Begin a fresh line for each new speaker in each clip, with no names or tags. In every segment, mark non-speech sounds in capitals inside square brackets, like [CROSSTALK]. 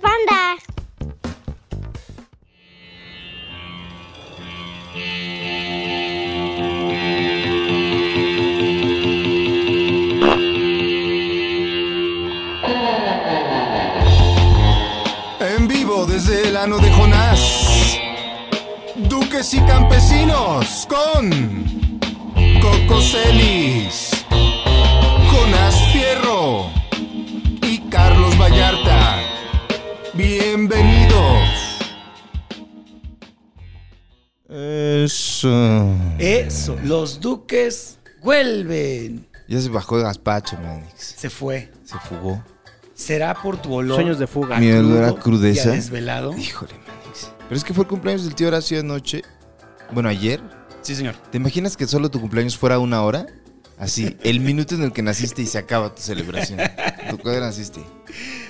bandas!
En vivo desde el ano de Jonás. Duques y campesinos con Coco Celis, Jonás Fierro y Carlos Vallarta. Bienvenidos. Eso.
Eso, los duques vuelven.
Ya se bajó el gazpacho, Manix.
Se fue.
Se fugó.
Será por tu olor.
Sueños de fuga.
a
Mi olor a
crudo
crudeza.
y a desvelado.
Híjole, Manix. Pero es que fue el cumpleaños del tío Horacio anoche. Bueno, ayer.
Sí, señor.
¿Te imaginas que solo tu cumpleaños fuera una hora? Así, el minuto en el que naciste y se acaba tu celebración. ¿Tú cuándo naciste?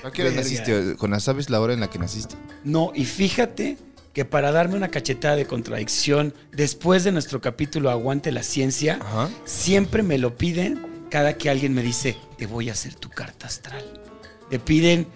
¿A qué hora
Verga.
naciste, Jonás? ¿Sabes la hora en la que naciste?
No, y fíjate que para darme una cachetada de contradicción, después de nuestro capítulo Aguante la ciencia,
Ajá.
siempre me lo piden cada que alguien me dice, te voy a hacer tu carta astral. Te piden,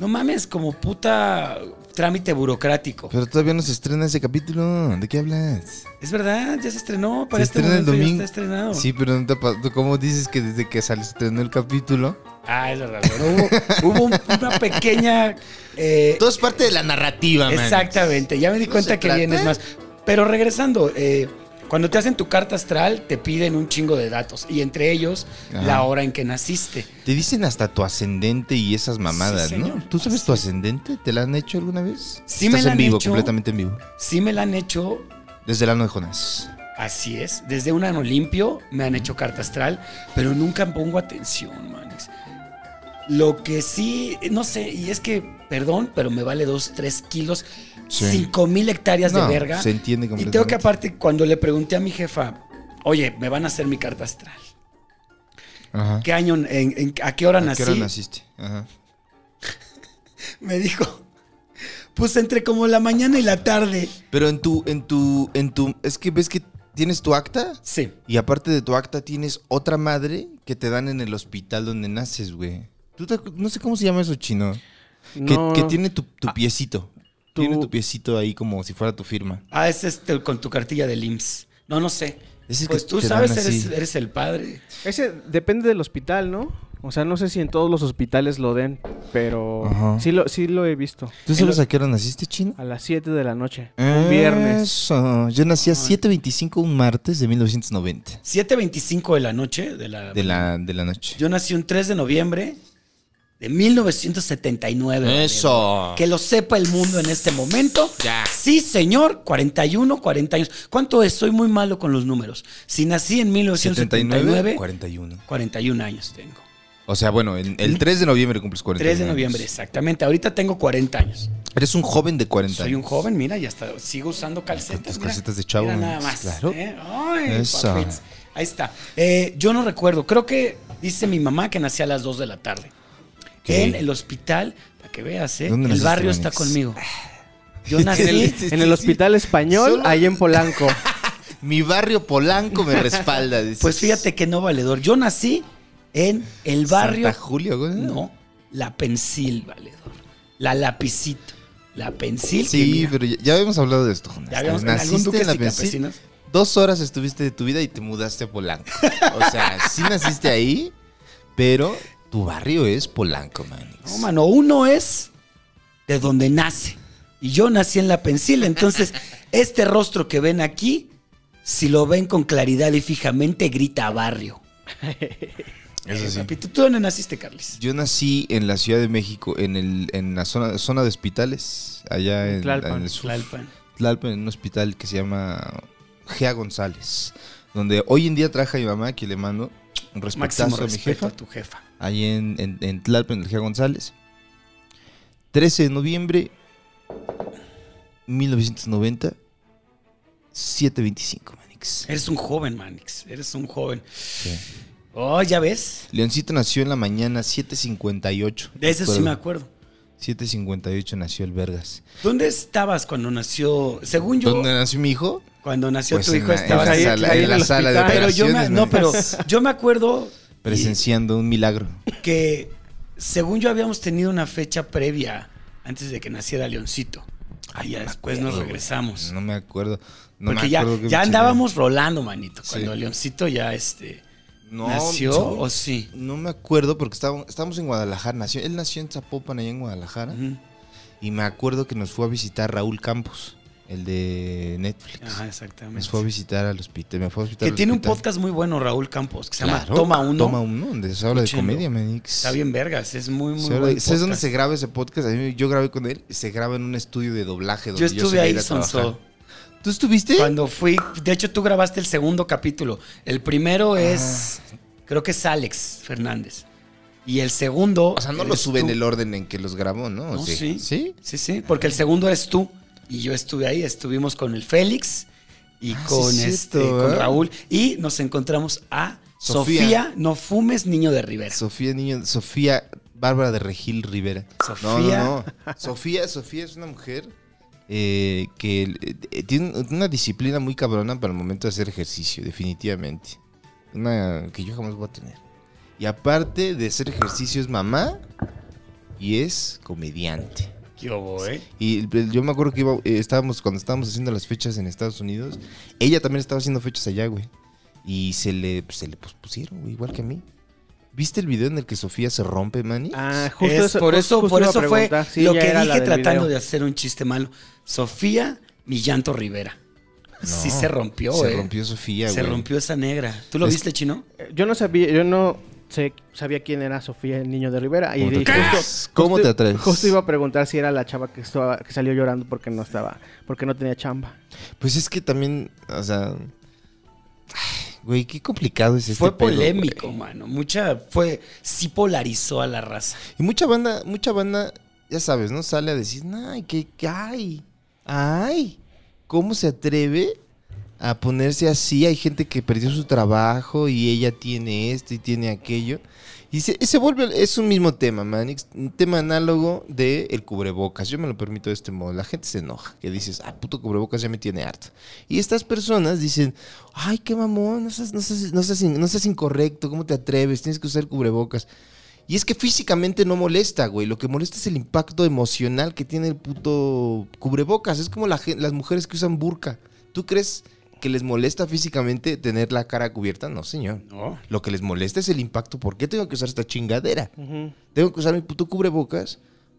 no mames, como puta trámite burocrático.
Pero todavía no se estrena ese capítulo. ¿De qué hablas?
Es verdad, ya se estrenó.
se
Para este
estrena el
momento ya está
domingo.
estrenado.
Sí, pero no te pa- ¿tú ¿cómo dices que desde que sale se estrenó el capítulo?
Ah, es verdad. pero hubo hubo un- una pequeña. eh,
Todo es parte de la narrativa, man.
exactamente. Ya me di
No
cuenta
se
que
trata.
vienes más. Pero regresando, eh, cuando te hacen tu carta astral, te piden un chingo de datos. Y entre ellos,
Ajá.
la hora en que naciste.
Te dicen hasta tu ascendente y esas mamadas,
Sí,
¿no?
señor.
¿Tú sabes tu ascendente? ¿Te la han hecho alguna vez?
Sí
Estás
me la
en
han
vivo,
hecho.
completamente en vivo.
Sí me la han hecho,
Desde el ano de Jonás.
así es. Desde un ano limpio me han hecho carta astral, pero nunca pongo atención, manes. Lo que sí, no sé, y es que, perdón, pero me vale dos, tres kilos,
Sí.
cinco mil hectáreas
No,
de verga.
Se entiende
Y
completamente.
tengo que aparte, cuando le pregunté a mi jefa, oye, me van a hacer mi carta astral.
Ajá.
¿Qué año, en- en- a qué hora,
¿A
nací?
qué hora naciste? Ajá.
Me dijo, pues entre como la mañana y la tarde.
Pero en tu, en tu, en tu, es que ves que tienes tu acta
Sí,
y aparte de tu acta tienes otra madre que te dan en el hospital donde naces, güey. Tú te acu- no sé cómo se llama eso chino. Que-
No.
Que, tiene tu, tu
Ah,
piecito.
tu-
Tiene tu piecito ahí como si fuera tu firma.
ah, es este, con tu cartilla de IMSS. No, no sé.
Es el
Pues
que
tú
te
sabes,
dan
eres,
así.
eres el padre.
Ese depende del hospital, ¿no? O sea, no sé si en todos los hospitales lo den, pero
Ajá.
sí lo, sí lo he visto.
¿Tú sabes a qué hora naciste, chino?
A las 7 de la noche,
Eh,
un viernes.
Eso. Yo nací a 7.25 un martes de 1990.
7.25 de la noche de la,
De la, de la noche.
Yo nací un 3 de noviembre de 1979.
Eso.
Que lo sepa el mundo en este momento. Sí, señor, 41, 40 años. ¿Cuánto es? Soy muy malo con los números. Si nací en 1979,
41.
41 años tengo.
O sea, bueno, en- el 3 de noviembre cumples 41
3 de noviembre,
años.
exactamente. Ahorita tengo 40 años.
Eres un joven de 40
Soy un
años.
joven, mira, y hasta sigo usando calcetas.
Con tus
mira.
calcetas de chavo,
Mira nada
pues,
más.
claro.
¿eh? Ay,
Eso.
papis. Ahí está. Eh, yo no recuerdo, creo que dice mi mamá que nací a las 2 de la tarde.
Ok.
En el hospital, para que veas, ¿eh?
¿Dónde
el
naciste, Ah.
barrio está
Manix?
conmigo.
[LAUGHS]
Yo nací
En el hospital español,
Solo-
ahí en Polanco.
Mi barrio Polanco
[LAUGHS]
me respalda. dices.
Pues fíjate que no valedor. Yo nací en el barrio.
Santa Julio, güey.
No, la Pensil, valedor. La lapicito. La Pensil. que
Sí,
mira,
pero ya, ya habíamos hablado de esto, Jonas.
ya habíamos en algún
Naciste
duque
en la
sí
Pensil,
campesinos.
Dos horas estuviste de tu vida y te mudaste a Polanco. O sea, sí naciste ahí, pero tu barrio es Polanco, man.
No, mano, uno es de donde nace. Y yo nací en la Pensil. Entonces, este rostro que ven aquí, si lo ven con claridad y fijamente, grita barrio.
Eso
Eh,
sí.
papito, ¿Tú dónde naciste, Carles?
Yo nací en la Ciudad de México, en, el, en la zona, zona de hospitales, allá en,
Tlalpan,
en el sur.
Tlalpan.
Tlalpan en un hospital que se llama Gea González, donde hoy en día trabaja mi mamá, que le mando
Máximo
un respetazo a mi
respeto
jefa,
a tu jefa.
ahí en, en, en Tlalpan, en el Gea González. 13 de noviembre 1990, 7.25, Manix.
Eres un joven, Manix. Eres un joven. Oh, ya ves.
Leoncito nació en la mañana 7.58.
De eso sí me acuerdo.
7.58 nació el Vergas.
¿Dónde estabas cuando nació? Según yo,
¿Dónde nació mi hijo?
Cuando nació
Pues
tu hijo
en la-
estabas
en
ahí.
la sala,
ahí
en
en
la
el
sala de
hospital.
Pero yo me,
operaciones,
no,
Manix.
pero
[LAUGHS]
yo me acuerdo
Presenciando
[LAUGHS]
un milagro.
que según yo habíamos tenido una fecha previa antes de que naciera Leoncito. Y ya después nos regresamos.
No me acuerdo. No me
Porque ya,
acuerdo qué
ya
pinche-
andábamos rolando, manito. Cuando
Sí.
Leoncito ya este,
No,
nació,
según-
o sí.
No me acuerdo porque estábamos, estábamos en Guadalajara. Nació, él nació en Zapopan, allá en Guadalajara.
Ujú.
Y me acuerdo que nos fue a visitar Raúl Campos, el de Netflix.
Ajá, exactamente.
Pues, Nos fue a visitar al hospital. Me fue a visitar
que
al
tiene un
hospital.
podcast muy bueno, Raúl Campos, que se
Claro,
llama Toma Uno.
Toma uno, donde se habla de
Escúchenlo.
comedia, Manix.
Está bien vergas, es muy, muy
Se
buen
habla de- ¿Sabes dónde
podcast.
se graba ese podcast? A mí- Yo grabé con él. Se graba en un estudio de doblaje. Donde
Yo estuve
solía
ahí,
ir a
Sonso.
trabajar. ¿Tú estuviste?
Cuando fui, de hecho tú grabaste el segundo capítulo. El
Ah.
primero es, creo que es Alex Fernández. Y el segundo...
O sea, no lo sube en
suben
el orden en que los grabó, ¿no? ¿O
No, sí.
¿Sí?
Sí, sí, porque el segundo eres tú. Y yo estuve ahí, estuvimos con el Félix y
Ah, sí
con,
es
este,
cierto,
con
¿eh?
Raúl. Y nos encontramos a
Sofía.
Sofía, No Fumes Niño de Rivera.
Sofía Niño, Sofía Bárbara de Regil Rivera. No,
Sofía.
no, no. Sofía, Sofía es una mujer eh, que eh, tiene una disciplina muy cabrona para el momento de hacer ejercicio, definitivamente. Una que yo jamás voy a tener. Y aparte de hacer ejercicio es mamá y es comediante.
¿Qué hubo, eh?
Y el- el- yo me acuerdo que iba- eh, estábamos, cuando estábamos haciendo las fechas en Estados Unidos, ella también estaba haciendo fechas allá, güey. Y se le, pues, se le pospusieron, güey, igual que a mí. ¿Viste el video en el que Sofía se rompe, Manny?
Ah,
Es
justo eso.
por eso,
justo
por
iba a
eso fue
preguntar. Sí,
lo
ya
que
era la
dije
del
tratando
video.
de hacer un chiste malo. Sofía Millanto Rivera. sí se rompió,
Se
eh.
rompió Sofía, güey.
se rompió esa negra. ¿Tú lo
Es
viste, Chino?
Eh, Yo no sabía, yo no sé- sabía quién era Sofía el niño de Rivera. Y
¿Cómo te
dije,
atreves?
justo-
¿Cómo
justo-
te atreves?
Justo iba a preguntar si era la chava que, estaba- que salió llorando porque no estaba, porque no tenía chamba.
Pues es que también, o sea... ay, Güey, qué complicado es este
fue
pedo, güey.
polémico, mano. Mucha fue sí polarizó a la raza.
Y mucha banda, mucha banda, ya sabes, ¿no? Sale a decir, ay, que, que ay, ay, ¿cómo se atreve a ponerse así? Hay gente que perdió su trabajo y ella tiene esto y tiene aquello. Y se, se vuelve, es un mismo tema, Manix, un tema análogo de el cubrebocas. Yo me lo permito de este modo. La gente se enoja, que dices, ah, puto cubrebocas ya me tiene harto. Y estas personas dicen, ay, qué mamón, no seas, no seas- no seas in- no seas incorrecto, ¿cómo te atreves? Tienes que usar cubrebocas. Y es que físicamente no molesta, güey. Lo que molesta es el impacto emocional que tiene el puto cubrebocas. Es como la gen- las mujeres que usan burka. ¿Tú crees que les molesta físicamente tener la cara cubierta? No, señor.
No.
Lo que les molesta es el impacto. ¿Por qué tengo que usar esta chingadera? Tengo que usar mi puto cubrebocas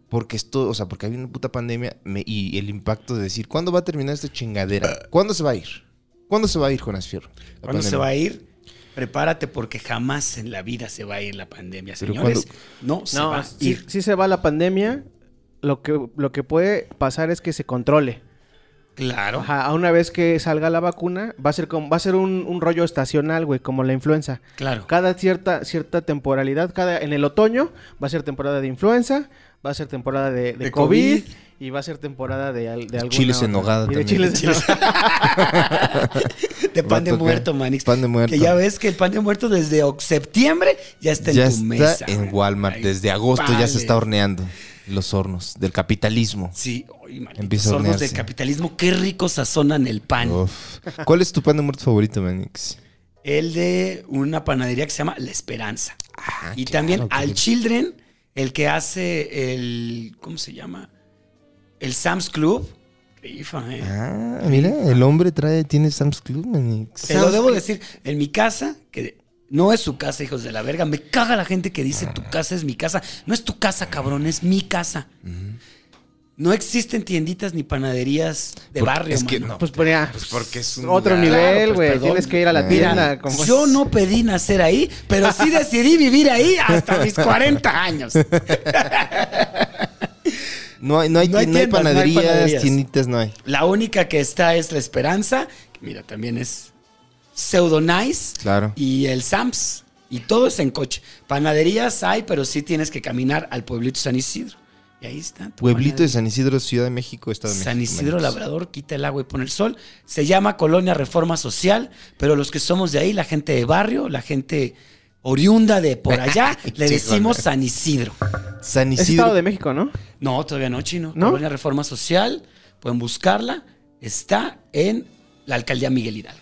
porque esto, o sea, porque hay una puta pandemia me- y el impacto de decir, ¿cuándo va a terminar esta chingadera? ¿Cuándo se va a ir? ¿Cuándo se va a ir, Jonas Fierro? La
¿Cuándo se
pandemia.
va a ir? Prepárate porque jamás en la vida se va a ir la pandemia,
Pero
señores. No se
No,
va a
sí,
ir.
sí se va la pandemia. Lo que, lo que puede pasar es que se controle.
Claro.
Ajá, a una vez que salga la vacuna, va a ser como, va a ser un, un rollo estacional, güey, como la influenza.
Claro. [LAUGHS]
Cada cierta, cierta temporalidad, cada, en el otoño va a ser temporada de influenza, va a ser temporada de, de
De
COVID,
COVID.
y va a ser temporada de, al- de alguna
chiles en
otra.
nogada
Y de
[LAUGHS]
también.
chiles en nogada.
De pan de
tocar.
muerto, Manix.
Pan de muerto.
Que ya ves que el pan de muerto desde oc- septiembre ya está en
ya
tu
está
mesa.
en Walmart.
Ay,
Desde agosto ya se
vale.
está horneando los hornos del capitalismo.
Sí, oye, malditos
Empieza a
hornos
hornearse.
del capitalismo, qué ricos sazonan el pan.
Uf. ¿Cuál es tu pan de muerto favorito, Manix?
El de una panadería que se llama La Esperanza.
Ah,
y
claro,
también
qué
al
rico.
Children, el que hace el. ¿Cómo se llama? El Sam's Club. Rifa, eh.
Ah, mira, el hombre trae, tiene Sam's Club, Manix.
Te lo debo decir, en mi casa, que no es su casa, hijos de la verga, me caga la gente que dice
Ah.
tu casa es mi casa. No es tu casa, cabrón, es mi casa. No existen tienditas ni panaderías de
Porque-
barrio,
es que
mano.
Pues, pues, ya,
porque es un
otro
lugar.
Claro,
nivel,
pues,
güey.
perdón.
Tienes que ir a la
Mira,
tienda. como-
Yo no pedí nacer ahí, pero sí decidí vivir ahí hasta
[LAUGHS]
mis 40 años.
No hay, no hay,
No hay
no hay
tiendas, no hay
panaderías,
panaderías.
tienditas no hay.
La única que está es La Esperanza, que mira, también es pseudo nice.
Claro.
Y el Sams. Y todo es en coche. Panaderías hay, pero sí tienes que caminar al pueblito San Isidro. Y Y ahí está. tu
Pueblito de
colonia
San Isidro, Ciudad de México, Estado de
San
México.
Isidro
México.
Labrador, quita el agua y pone el sol. Se llama Colonia Reforma Social, pero los que somos de ahí, la gente de barrio, la gente oriunda de por allá, le decimos San Isidro.
San
Es
Isidro.
Estado de México, ¿no?
No, todavía no, chino.
¿No?
Colonia Reforma Social, pueden buscarla. Está en la alcaldía Miguel Hidalgo.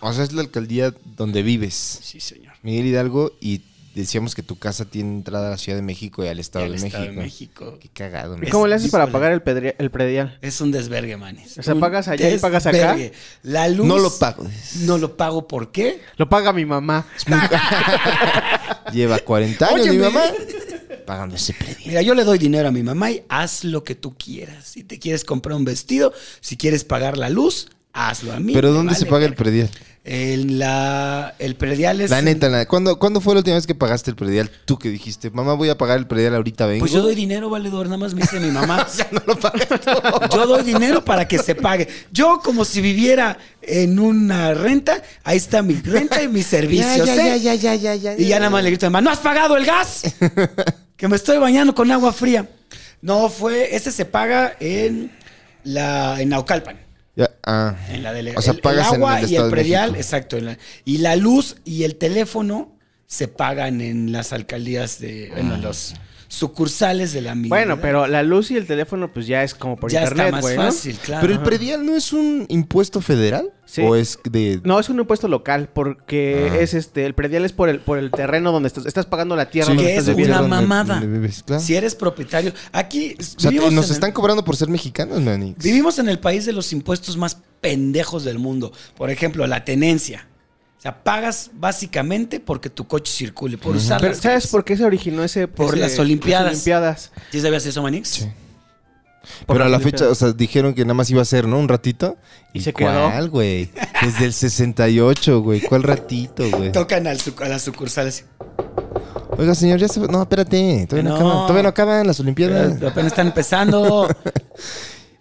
O sea, es la alcaldía donde vives.
Sí, señor.
Miguel Hidalgo y decíamos que tu casa tiene entrada a la Ciudad de México y al Estado,
Del
de,
Estado
México.
de México.
Qué cagado.
¿Y
man.
Es-
cómo le haces para
híjole.
pagar el, pedre- el predial?
Es un desvergue, manes.
O sea,
Un
pagas allá y pagas acá.
desvergue. La luz.
No lo pago.
No lo pago, ¿por qué?
Lo paga mi mamá.
Lleva 40 años mi
Óyeme.
mamá pagando ese predio.
Mira, yo le doy dinero a mi mamá y haz lo que tú quieras. Si te quieres comprar un vestido, si quieres pagar la luz, hazlo a mí.
¿Pero
me
dónde se
vale
paga el
verga.
predial?
En la, el predial es.
La neta, la- ¿cuándo, ¿cuándo fue la última vez que pagaste el predial? Tú que dijiste, mamá, voy a pagar el predial ahorita, vengo.
Pues yo doy dinero, valedor, nada más me dice mi
[LAUGHS]
mamá. Yo doy dinero para que se pague. Yo, como si viviera en una renta, ahí está mi renta y
[LAUGHS]
mis servicios. ¿eh?
ya, ya, ya.
Y ya nada más le grito a mi mamá, ¿no has pagado el gas?
[LAUGHS]
que me estoy bañando con agua fría. No, fue, ese se paga en la en Naucalpan.
Ya, ah.
En la dele-
O sea,
el, el
pagas en
agua
el
y
Estado
el
de
predial,
México.
exacto. en la- y la luz y el teléfono se pagan en las alcaldías de, bueno,
Ah.
los sucursales de la misma.
Bueno, pero la luz y el teléfono, pues ya es como por
ya está
internet,
más
güey. ¿no?
fácil, claro.
Pero el predial no es un impuesto federal
Sí.
o es de
No, es un impuesto local, porque
Ah.
es este, el predial es por el, por el terreno donde estás, estás pagando la tierra
Sí,
donde
que
estás
es
viviendo.
una
donde-
mamada.
donde vives, claro.
Si eres propietario, aquí
O sea,
vivimos
nos
en el-
están cobrando por ser mexicanos, Manix.
Vivimos en el país de los impuestos más pendejos del mundo. Por ejemplo, la tenencia. O sea, pagas básicamente porque tu coche circule, por usar
Pero,
las
¿Sabes
calles.
por qué se originó ese?
Por
ese-
las Olimpiadas.
Olimpiadas.
¿Sí sabías eso, Manix?
Sí.
Por
Pero a la
ejemplo.
fecha, o sea, dijeron que nada más iba a ser, ¿no? Un ratito.
Y se quedó.
¿Cuál, güey? Desde el 68, güey. ¿Cuál ratito, güey?
Tocan al suc- a las sucursales.
Oiga, señor, ya se... No, espérate. Todavía no,
No.
acaban. Todavía no acaban las
Pero
Olimpiadas.
apenas están empezando.
[LAUGHS]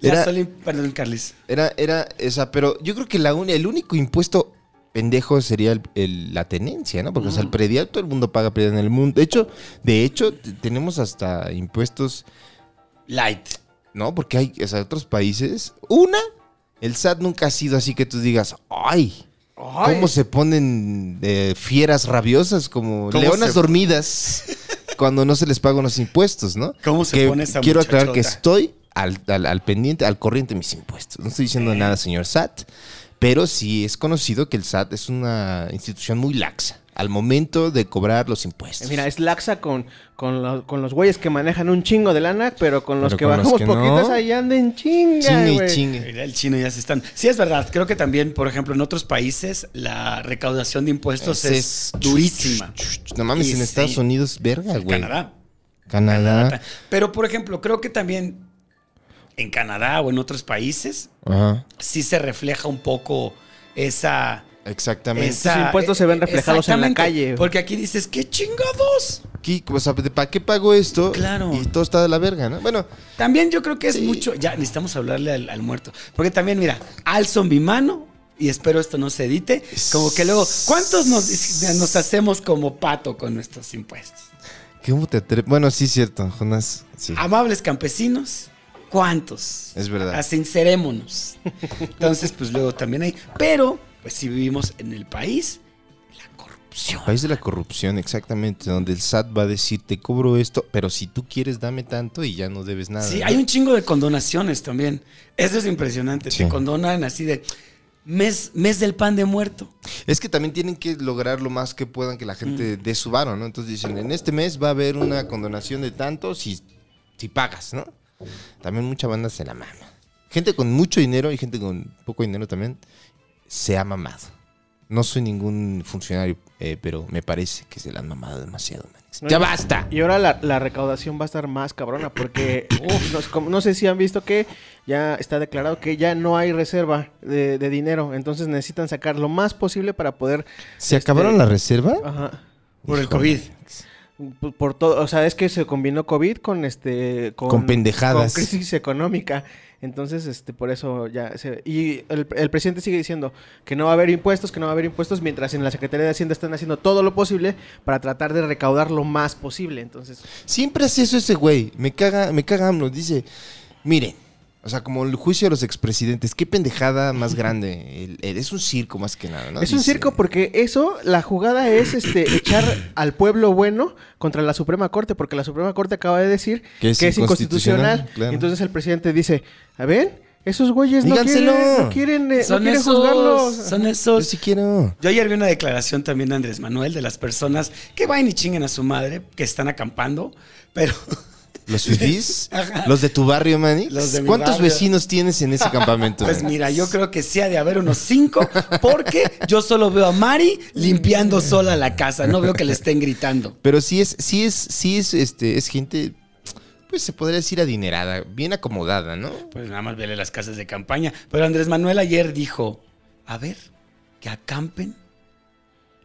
Era-
Las Olim- Perdón, Carles.
Era, era esa, pero yo creo que la un- el único impuesto pendejo sería el- el- la tenencia, ¿no? Porque, o sea, el predial, todo el mundo paga predial en el mundo. De hecho, de hecho, t- tenemos hasta impuestos,
Light.
¿no? Porque hay, o sea, otros países. Una, el SAT nunca ha sido así que tú digas, ¡ay!
Ay,
¿Cómo se ponen eh, fieras rabiosas como
¿Cómo
leonas
se-
dormidas cuando no se les pagan los impuestos, ¿no?
¿Cómo se
Que
pone esa
Quiero aclarar que
muchachota?
estoy al, al- al pendiente, al corriente de mis impuestos. No estoy diciendo nada, señor SAT, pero sí es conocido que el SAT es una institución muy laxa al momento de cobrar los impuestos.
Eh, Mira, es laxa con, con, lo- con los güeyes que manejan un chingo de lana, pero con los
Pero
que
con los
bajamos
que no.
poquitas ahí anden chinga,
chingue y
güey.
chingue.
Mira, El chino ya se están. Sí, es verdad. Creo que también, por ejemplo, en otros países la recaudación de impuestos es, durísima.
No mames,
Y
en
sí.
Estados Unidos, verga, güey.
Canadá.
Canadá.
Pero, por ejemplo, creo que también en Canadá o en otros países
Ajá.
sí se refleja un poco esa...
Exactamente.
esa e-,
Sus impuestos se ven reflejados en la
Exactamente,
calle.
Porque aquí dices, ¡qué chingados!
Aquí, o sea, ¿para qué pago esto?
Claro.
Y todo está de la verga, ¿no? Bueno,
También yo creo que es
Sí.
mucho... Ya, necesitamos hablarle al, al muerto. Porque también, mira, alzo mi mano y espero esto no se edite. Como que luego, ¿cuántos nos, nos hacemos como pato con nuestros impuestos?
¿cómo te atreves? Bueno, sí, cierto, Jonas. Sí.
Amables campesinos, ¿cuántos?
Es verdad.
Asincerémonos. Entonces, pues luego también hay. Pero, pues si vivimos en el país, la corrupción.
País de la corrupción, exactamente, donde el SAT va a decir, te cobro esto, pero si tú quieres, dame tanto y ya no debes nada.
Sí,
¿no?
hay un chingo de condonaciones también. Eso es impresionante.
Sí.
Te condonan así de mes, mes del pan de muerto.
Es que también tienen que lograr lo más que puedan que la gente dé su varo, ¿no? Entonces dicen, en este mes va a haber una condonación de tanto si, si pagas, ¿no? También mucha banda se la mama. Gente con mucho dinero y gente con poco dinero también se ha mamado. No soy ningún funcionario, eh, pero me parece que se la han mamado demasiado, Manix.
No,
¡Ya
y-
basta!
Y ahora la, la recaudación va a estar más cabrona
[COUGHS]
porque uf, no, es como- no sé si han visto que ya está declarado que ya no hay reserva de, de dinero. Entonces necesitan sacar lo más posible para poder...
¿Se acabaron la reserva?
Ajá.
Por el
Híjole.
COVID.
Por, por todo, o sea, es que se combinó COVID con este con,
Con pendejadas.
con crisis económica. Entonces, este por eso ya se, y el, el presidente sigue diciendo que no va a haber impuestos, que no va a haber impuestos, mientras en la Secretaría de Hacienda están haciendo todo lo posible para tratar de recaudar lo más posible. Entonces,
Siempre hace eso ese güey. Me caga, me caga AMLO. Dice, miren, o sea, como el juicio de los expresidentes, qué
[LAUGHS]
pendejada más grande. El- el- es un circo más que nada, ¿no?
es un
Dice,
circo porque eso la jugada
[COUGHS]
es este echar al pueblo bueno contra la Suprema Corte, porque la Suprema Corte acaba de decir
Que es inconstitucional, claro.
Y Entonces el presidente dice, "A ver, esos güeyes no quieren,
Díganselo.
no quieren, eh, no
Son
quieren
esos,
juzgarlos."
son
Yo
esos.
sí quiero.
Yo ayer vi una declaración también de Andrés Manuel de las personas que van y chinguen a su madre, que están acampando, pero [LAUGHS]
¿Los fifís?
Ajá.
¿Los de tu barrio, Manny?
Los de mi
¿Cuántos
barrio.
vecinos tienes
[LAUGHS]
en ese campamento?
pues
Manny?
mira, yo creo que sí ha de haber unos cinco, porque yo solo veo a Mari limpiando sola la casa, no veo que le estén gritando.
Pero sí es, sí es, sí es, este, es gente, pues se podría decir adinerada, bien acomodada, ¿no?
Pues nada más vele las casas de campaña. Pero Andrés Manuel ayer dijo, a ver, que acampen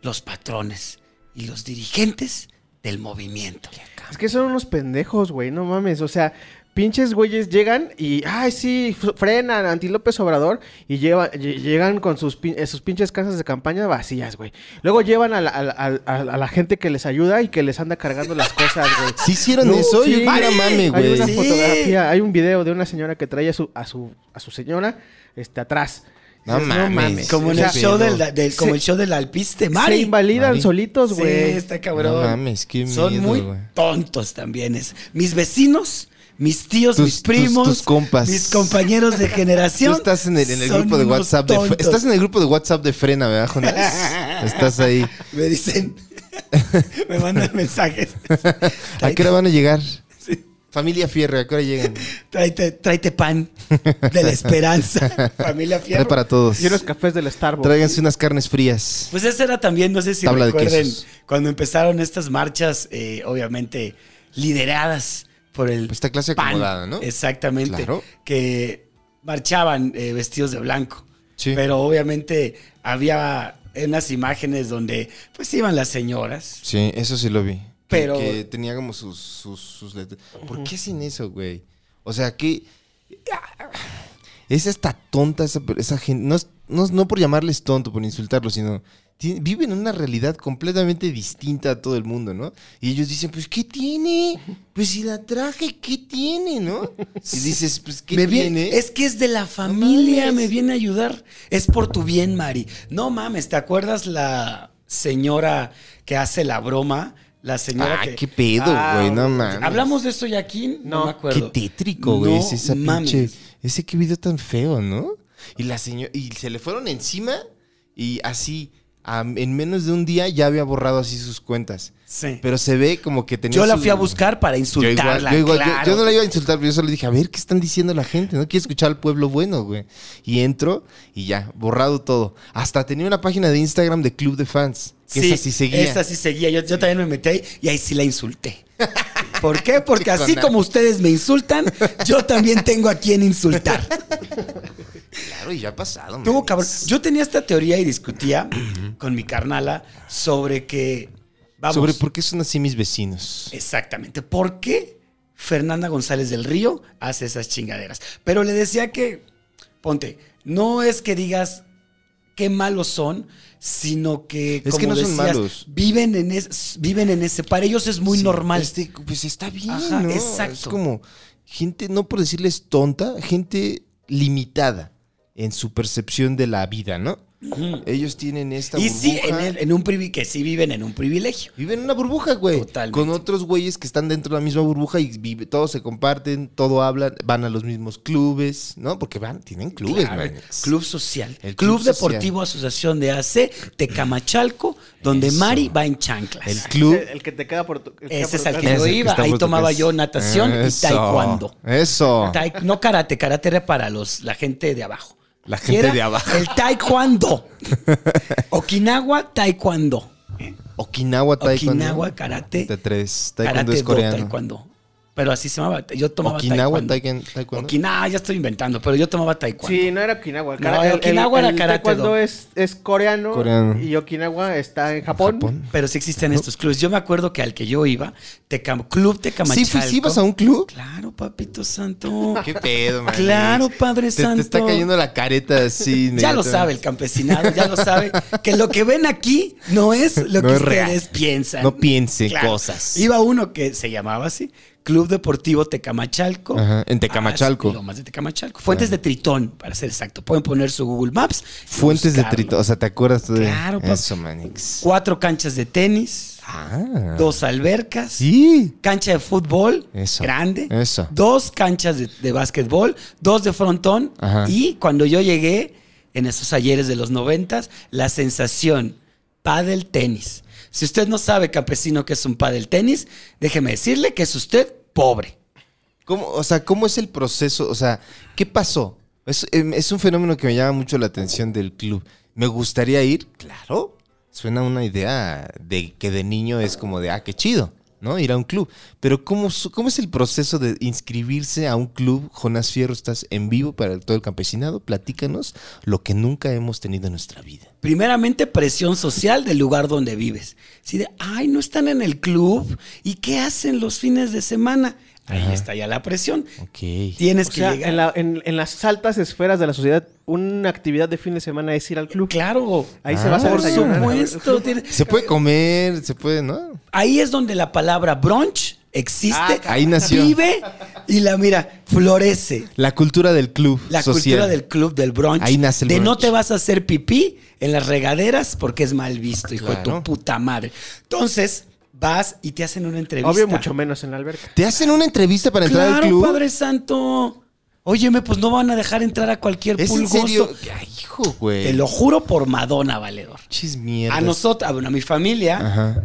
los patrones y los dirigentes del movimiento.
Es que son unos pendejos, güey, no mames. O sea, pinches güeyes llegan y, ay, sí, f- frenan anti López Obrador y lleva, lle- llegan con sus, pin- eh, sus pinches casas de campaña vacías, güey. Luego llevan a la, a la- a la- a la gente que les ayuda y que les anda cargando las cosas,
[LAUGHS]
güey.
Si hicieron
No,
eso,
sí.
yo quiero mame,
Hay
güey.
una
Sí.
fotografía, hay un video de una señora que trae a su, a su, a su señora este, atrás.
No
Dices,
mames.
Como,
O
en
sea,
el, show
pero-
del, del- como
Sí.
el show del alpiste,
Se
Mari.
invalidan
Mari.
solitos,
Sí,
güey.
está cabrón.
No mames, qué
Son
miedo,
muy
güey.
tontos también. Es. Mis vecinos, mis tíos,
Tus-
mis
tus-
primos,
tus compas.
mis compañeros
[LAUGHS]
de generación.
Tú estás en el, en el
son
grupo de
unos
WhatsApp de Fre-
tontos.
Estás en el grupo de WhatsApp de Frena, ¿verdad,
[LAUGHS]
Jonás? estás ahí.
Me
[LAUGHS]
dicen, me mandan mensajes.
¿A qué hora van a llegar? Familia Fierro, ¿a qué hora llegan?
Tráete, tráete pan de la
[LAUGHS]
esperanza. Familia
Trae
Fierro.
para todos.
Y unos cafés del Starbucks.
Tráiganse unas carnes frías.
Pues esa era también, no sé si
Tabla de
recuerden,
quesos.
cuando empezaron estas marchas, eh, obviamente lideradas por el.
Pues esta clase
PAN.
acomodada, ¿no?
Exactamente.
Claro.
Que marchaban eh, vestidos de blanco.
Sí.
Pero obviamente había unas imágenes donde pues iban las señoras.
Sí, eso sí lo vi. Que-
Pero-
Que tenía como sus, sus, sus letras. ¿Por qué sin eso, güey? O sea, que... Es hasta tonta esa, esa gente. No, es- no, es- no por llamarles tonto, por insultarlos, sino... ti- Viven en una realidad completamente distinta a todo el mundo, ¿no? Y ellos dicen, pues, ¿qué tiene? Pues, si la traje, ¿qué tiene, no? Y dices, pues, ¿qué
Me
tiene?
viene, es que es de la familia,
mames.
me viene a ayudar. Es por tu bien, Mari. No mames, ¿te acuerdas la señora que hace la broma? La señora
Ah,
que.
qué pedo, güey,
Ah,
no mames.
¿Hablamos de esto ya aquí? No,
No.
me acuerdo.
Qué tétrico, güey.
No
es esa
mames.
pinche. Ese qué video tan feo, ¿no? Y la señora. Y se le fueron encima y así. a- en menos de un día ya había borrado así sus cuentas.
Sí.
Pero se ve como que tenía.
yo la
su-
fui a buscar para
Yo igual,
insultarla.
yo, igual, yo-
claro.
yo no la iba a insultar, pero yo solo dije, a ver, ¿qué están diciendo la gente? No quiero escuchar al pueblo bueno, güey. Y entro y ya, borrado todo. Hasta tenía una página de Instagram de Club de Fans. Que esa sí seguía.
Esa sí seguía. Yo, yo también me metí ahí y ahí sí la
[LAUGHS]
insulté. ¿Por qué? Porque así
Chicona.
como ustedes me insultan, yo también tengo a quien insultar.
[LAUGHS] Claro, y ya ha pasado.
Tuvo
man.
cabrón. Yo tenía esta teoría y discutía con mi carnala sobre que. Vamos.
Sobre por qué son así mis vecinos.
Exactamente. ¿Por qué Fernanda González del Río hace esas chingaderas? Pero le decía que, ponte, no es que digas qué malos son, sino que,
Es que no son malos.
viven en, es- viven en ese... Para ellos es muy
Sí,
normal.
este, pues está bien,
Ajá,
¿no?
exacto.
Es como gente, no por decirles tonta, gente limitada en su percepción de la vida, ¿no?
Ujú.
Ellos tienen esta
Y
burbuja.
sí, en, el- en un privi- que sí viven en un privilegio.
Viven en una burbuja, güey.
Totalmente.
Con otros güeyes que están dentro de la misma burbuja y vive- todos se comparten, todo hablan, van a los mismos clubes, ¿no? Porque van, tienen clubes,
Claro,
man.
Club Social.
El
Club,
Club Social.
Deportivo Asociación de AC Tecamachalco, donde
Eso.
Mari va en chanclas.
El club.
Ese- El que te queda por tu. el que
Ese es
queda por
al
tu
que
casa.
yo
Ese
iba,
está
ahí
por tu
tomaba
casa.
yo natación y
Eso,
taekwondo.
Eso.
Tai- no karate, karate era para los, la gente de abajo.
La gente
Era
de abajo.
El taekwondo.
[LAUGHS]
Okinawa, taekwondo.
Okinawa Taekwondo.
Okinawa, karate.
De tres. Taekwondo
Karate
es
do,
coreano.
taekwondo. pero así se llamaba. Yo tomaba
Okinawa,
taekwondo.
Taiken- Taekwondo.
Okinawa, ya estoy inventando, pero yo tomaba taekwondo.
Sí, no era Okinawa. el
No,
cara- el- el-
Okinawa era
el
karate
taekwondo
do.
es, es coreano,
Coreano.
y Okinawa está en Japón.
Japón.
Pero sí existen estos clubes. Yo me acuerdo que al que yo iba, Tecam- Club
Sí,
Tecamachalco.
fui- sí vas a un club.
Claro, papito santo.
Qué pedo, man.
Claro, Padre
Te, te está
Santo.
cayendo la careta así.
[LAUGHS] Ya lo
neta.
sabe el campesinado, ya lo sabe. Que lo que ven aquí no es lo
No
que
es
ustedes
real.
piensan.
No piensen cosas.
Iba uno que se llamaba así, Club Deportivo Tecamachalco.
Ajá, en Tecamachalco.
Ah, sí, Lomas de Tecamachalco. Fuentes de Tritón, para ser exacto. Pueden poner su Google Maps. y
Fuentes de
buscarlo.
Tritón. O sea, ¿te acuerdas tú de
Claro, papá.
eso, Manix?
Cuatro canchas de tenis,
Ah.
dos albercas.
Sí.
cancha de fútbol
Eso,
grande,
eso.
dos canchas de, de básquetbol, dos de frontón.
Ajá.
Y cuando yo llegué en esos ayeres de los noventas, la sensación, pádel tenis. Si usted no sabe, campesino, que es un pádel tenis, déjeme decirle que es usted pobre.
¿Cómo, o sea, ¿cómo es el proceso? O sea, ¿qué pasó? Es, em, es un fenómeno que me llama mucho la atención del club. ¿Me gustaría ir? Claro. Suena una idea de que de niño es como de, ah, qué chido, ¿no? Ir a un club. Pero ¿cómo, su- cómo es el proceso de inscribirse a un club? Jonás Fierro, estás en vivo para el- todo el campesinado. Platícanos lo que nunca hemos tenido en nuestra vida.
Primeramente, presión social del lugar donde vives. Si de, ay, no están en el club, ¿y qué hacen los fines de semana? Ahí
Ajá.
está ya la presión.
Ok.
Tienes
O
que
sea,
llegar.
en, la- en- en las altas esferas de la sociedad, una actividad de fin de semana es ir al club.
Claro.
Ahí se
Ah.
va a
Por
desayunar.
supuesto. tiene-
Se puede comer, se puede, ¿no?
Ahí es donde la palabra brunch existe,
Ah, Ahí nació
vive y la mira, florece.
la cultura del club.
La
social.
cultura del club del brunch.
Ahí nace el
de no
brunch.
te vas a hacer pipí en las regaderas porque es mal visto, hijo de
Claro.
tu puta madre. Entonces, vas y te hacen una entrevista.
Obvio, mucho menos en la alberca.
¿Te hacen una entrevista para entrar al
Claro,
club?
Padre Santo. Óyeme, pues no van a dejar entrar a cualquier
¿Es en
pulgoso.
serio? Ay, hijo, güey.
Te lo juro por Madonna, valedor.
Chis mierda. Ah.
A nosotros, bueno, a mi familia,
Ajá.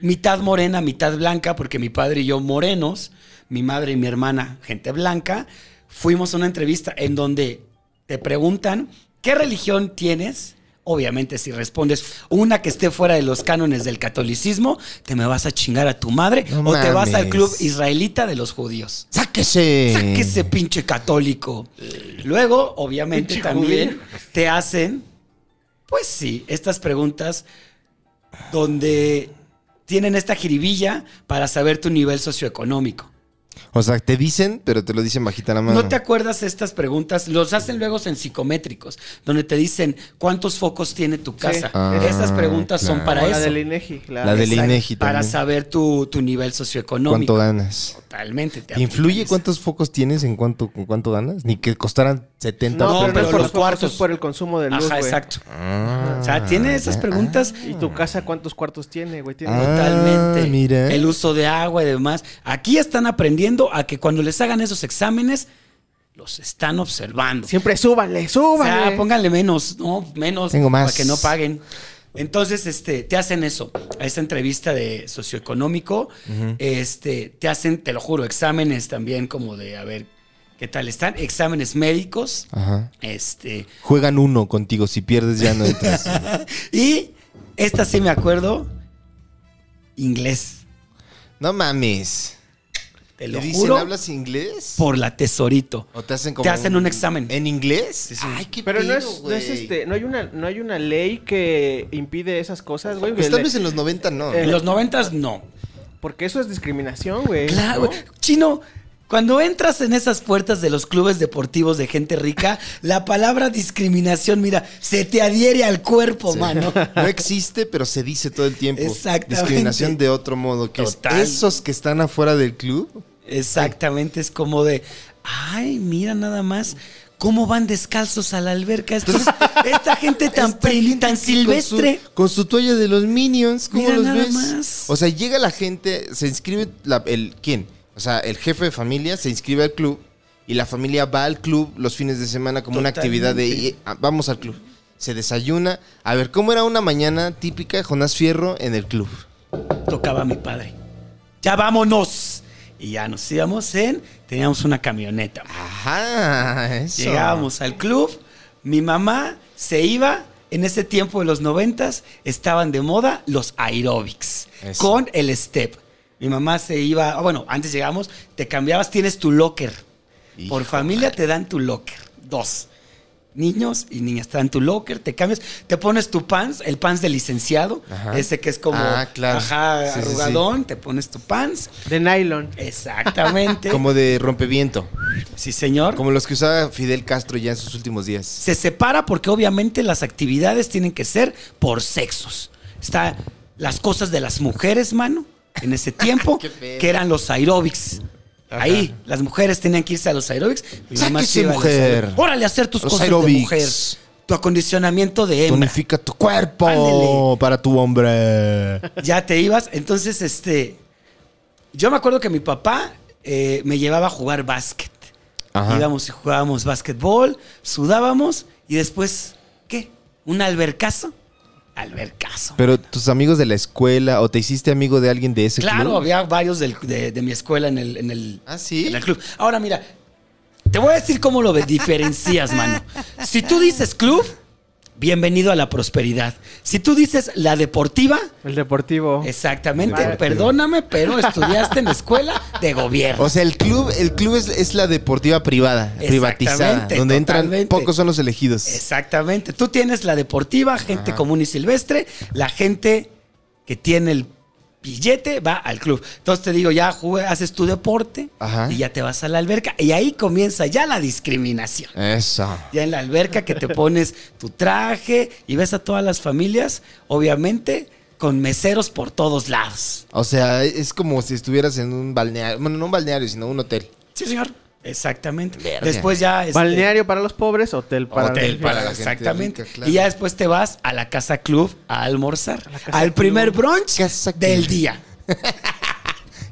mitad morena, mitad blanca, porque mi padre y yo morenos, mi madre y mi hermana, gente blanca, fuimos a una entrevista en donde te preguntan, ¿qué religión tienes? Obviamente si respondes una que esté fuera de los cánones del catolicismo, te me vas a chingar a tu madre
No
o te vas al
mames.
club israelita de los judíos.
¡Sáquese!
Sáquese pinche católico. Luego, obviamente,
Pinche
también
judío.
te hacen, pues sí, estas preguntas donde tienen esta jiribilla para saber tu nivel socioeconómico.
O sea, te dicen, pero te lo dicen bajita la mano.
¿No te acuerdas estas preguntas? Los hacen luego en psicométricos, donde te dicen cuántos focos tiene tu casa.
Ah,
Esas preguntas son
claro.
para
O
eso.
la del E INEGI, la-
La del
Exacto,
INEGI
Para
también.
saber tu, tu nivel
¿Cuánto
socioeconómico.
ganas?
Totalmente. te aplican
¿Influye
esa.
cuántos focos tienes en cuánto, en cuánto ganas? Ni que costaran 70
No,
No,
pero, no
pero
es por
los
los cuartos,
cuartos.
es por el consumo de luz,
Ajá,
güey.
exacto.
Ah,
O sea, tiene esas
ya.
preguntas
¿Y tu casa cuántos cuartos tiene, güey? Tiene-
Ah.
totalmente.
mira.
El uso de agua y demás. Aquí están aprendiendo a que cuando les hagan esos exámenes, los están observando.
Siempre súbanle,
O
súbanle.
sea, pónganle menos, ¿no? Menos.
Tengo más.
Para que no paguen. Entonces, este, te hacen eso, a esa entrevista de socioeconómico, este, te hacen, te lo juro, exámenes también como de, a ver, ¿qué tal están? Exámenes médicos,
ah. Ajá.
este,
Juegan uno contigo, si pierdes ya no entras.
[LAUGHS] y esta sí me acuerdo, inglés,
no mames.
te lo
¿Te dicen,
juro.
hablas inglés?
por la tesorito.
¿O te hacen como
Te hacen un examen.
¿En inglés? Ay, qué
Pero no
pedo,
es, no es
güey.
este, no hay una, no hay una ley que impide esas cosas, güey.
Pues
que
tal
le- Eh,
vez en los 90 no.
En los noventas, no.
Porque eso es discriminación, güey.
Claro,
¿no?
güey. chino. Cuando entras en esas puertas de los clubes deportivos de gente rica, la palabra discriminación, mira, se te adhiere al cuerpo,
[LAUGHS]
mano.
No existe, pero se dice todo el tiempo.
Exactamente.
Discriminación de otro modo, que es
Total.
esos que están afuera del club.
Exactamente, es como de, ay, mira nada más cómo van descalzos a la alberca.
[LAUGHS]
Estos- esta gente tan,
Esta
pri-
gente
tan
que
silvestre.
Con su, con su toalla de los Minions, ¿cómo
Mira
los
nada
ves?
más.
O sea, llega la gente, se inscribe la- el quién? O sea, el jefe de familia se inscribe al club y la familia va al club los fines de semana como una actividad de
Totalmente.
"Y, ah, vamos al club. Se desayuna. A ver, ¿cómo era una mañana típica de Jonás Fierro en el club?
tocaba a mi padre. Ya vámonos. Y ya nos íbamos en, teníamos una camioneta.
Ajá, eso.
Llegábamos al club, mi mamá se iba. En ese tiempo de los noventas estaban de moda los aerobics
Eso.
con el step. Mi mamá se iba, ah, bueno, antes llegamos, te cambiabas, tienes tu locker. Por familia te dan tu locker, dos. Niños y niñas, te dan tu locker, te cambias, te pones tu pants, el pants de licenciado,
Ajá.
ese que es como,
Ah, claro.
ajá,
Sí, sí, sí.
arrugadón, te pones tu
[LAUGHS]
pants.
De nylon.
Exactamente.
Como de rompeviento.
Sí, señor.
Como los que usaba Fidel Castro ya en sus últimos días.
se separa porque obviamente las actividades tienen que ser por sexos. Está las cosas de las mujeres, mano, en ese tiempo,
Qué feo.
que eran los aeróbics. Ahí, las mujeres tenían que irse a los aeróbics. Mi mamá
Sáquese,
se iba a los
mujer.
aeróbics. Órale, a hacer tus
Los
cosas de
aeróbics.
mujer. Tu acondicionamiento de hembra.
Tonifica tu cuerpo
Ándele.
para tu hombre.
ya te ibas. Entonces, este. Yo me acuerdo que mi papá eh, me llevaba a jugar básquet.
Ajá.
Íbamos y jugábamos básquetbol, sudábamos y después, ¿qué? ¿Un albercazo? Albercazo.
Pero tus amigos de la escuela o te hiciste amigo de alguien de ese
claro,
club?
había varios del- de, de mi escuela en el, en el-
Ah, ¿sí?
en el club. Ahora, mira, te voy a decir cómo lo ve- diferencias, mano. Si tú dices club, bienvenido a la prosperidad. Si tú dices la deportiva,
El deportivo.
Exactamente, perdóname, pero estudiaste en la escuela de gobierno.
O sea, el club, el club es, es la deportiva privada, privatizada,
Exactamente,
donde entran
totalmente.
pocos son los elegidos.
Exactamente, tú tienes la deportiva, gente
Ajá.
común y silvestre, la gente que tiene el billete va al club. Entonces te digo, ya jugué, haces tu deporte
Ajá.
y ya te vas a la alberca y ahí comienza ya la discriminación.
Eso.
Ya en la alberca que te pones tu traje y ves a todas las familias, obviamente con meseros por todos lados.
O sea, es como si estuvieras en un balneario, bueno, no un balneario, sino un hotel.
Sí, señor. Exactamente.
Verga.
Después ya este,
Balneario para los pobres, hotel para
Hotel
los
para la gente
Exactamente.
rica, claro.
Y ya después te vas a la casa club a almorzar.
casa
Al primer
club.
brunch
Casa
del
club.
día.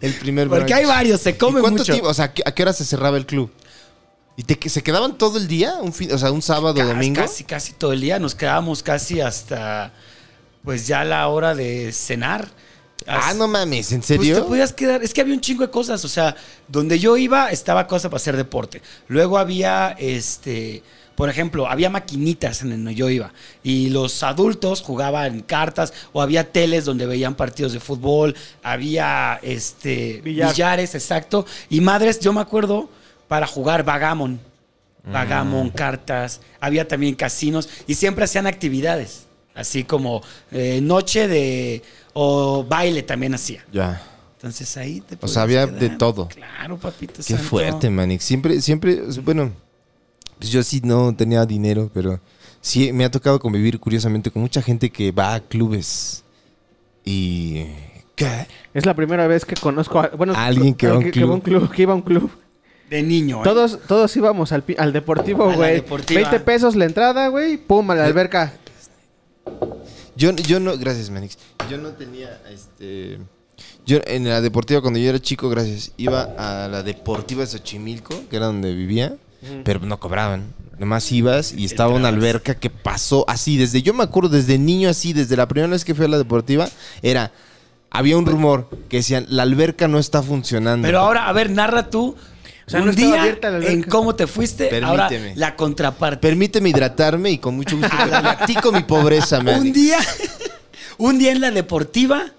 El primer
Porque
brunch.
hay varios, se
¿Y
come
cuánto
mucho.
tiempo? O sea, ¿a qué- ¿a qué hora se cerraba el club? ¿Y te, que- se quedaban todo el día? Un fin, o sea, un sábado,
Casi,
domingo.
Casi, casi todo el día. Nos quedábamos casi hasta pues ya la hora de cenar.
Ah,
Hasta-
no mames, ¿en
Pues te
serio?
podías quedar. Es que había un chingo de cosas. O sea, donde yo iba estaba cosa para hacer deporte. Luego había este. Por ejemplo, había maquinitas en donde yo iba. Y los adultos jugaban cartas. O había teles donde veían partidos de fútbol. Había este.
Billar.
Billares, exacto. Y madres, yo me acuerdo, para jugar vagamon. Vagamon, cartas. Había también casinos. Y siempre hacían actividades. Así como eh, noche de. O baile también hacía.
Ya.
Entonces ahí te
O sea,
podías
había de todo.
Claro, papito.
Qué fuerte, Manix. Siempre, siempre, bueno, pues yo sí no tenía dinero, pero sí me ha tocado convivir curiosamente con mucha gente que va a clubes. Y. ¿Qué?
Es la primera vez que conozco a bueno,
Alguien que va a un
va a un club, que iba a un club.
De niño. ¿eh?
Todos, todos íbamos al, pi- al
A
deportivo,
la
güey.
deportiva.
20 pesos la entrada, güey. Pum, a la alberca.
Yo, yo no, gracias, Manix. Yo no tenía, este. Yo en la deportiva, cuando yo era chico, gracias, iba a la deportiva de Xochimilco, que era donde vivía, pero no cobraban. Nomás ibas y estaba una
Entrabas.
alberca que pasó así, desde, yo me acuerdo, desde niño así, desde la primera vez que fui a la deportiva, era, había un rumor que decían, la alberca no está funcionando.
Pero ahora, a ver, narra tú.
O sea,
un
no estaba
día
abierta la alberca.
en cómo te fuiste, ahora
Permíteme.
la contraparte.
Permíteme hidratarme y con mucho gusto
[LAUGHS]
te platico mi pobreza,
un
Manix.
día, [LAUGHS] un día en la deportiva,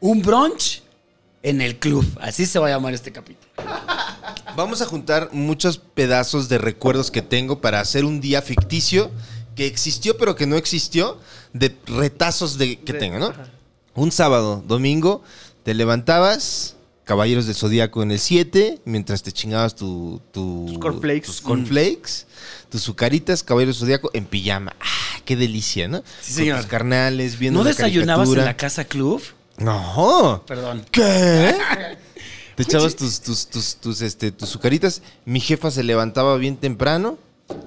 un brunch en el club. Así se va a llamar este capítulo.
Vamos a juntar muchos pedazos de recuerdos que tengo para hacer un día ficticio que existió pero que no existió de retazos de, que
De-
tengo, ¿no?
ajá.
Un sábado, domingo, te levantabas, Caballeros del Zodíaco en el 7, mientras te chingabas tu, tu-
Tus cornflakes.
tus cornflakes, tus sucaritas, Caballeros del Zodíaco en pijama. ¡Ah, qué delicia, ¿no?
Sí, señor.
Con tus carnales, viendo
¿No
la
desayunabas en la
caricatura.
casa club?
No.
Perdón.
¿Qué? Te echabas tus, tus, tus, tus, este, tus sucaritas. Mi jefa se levantaba bien temprano.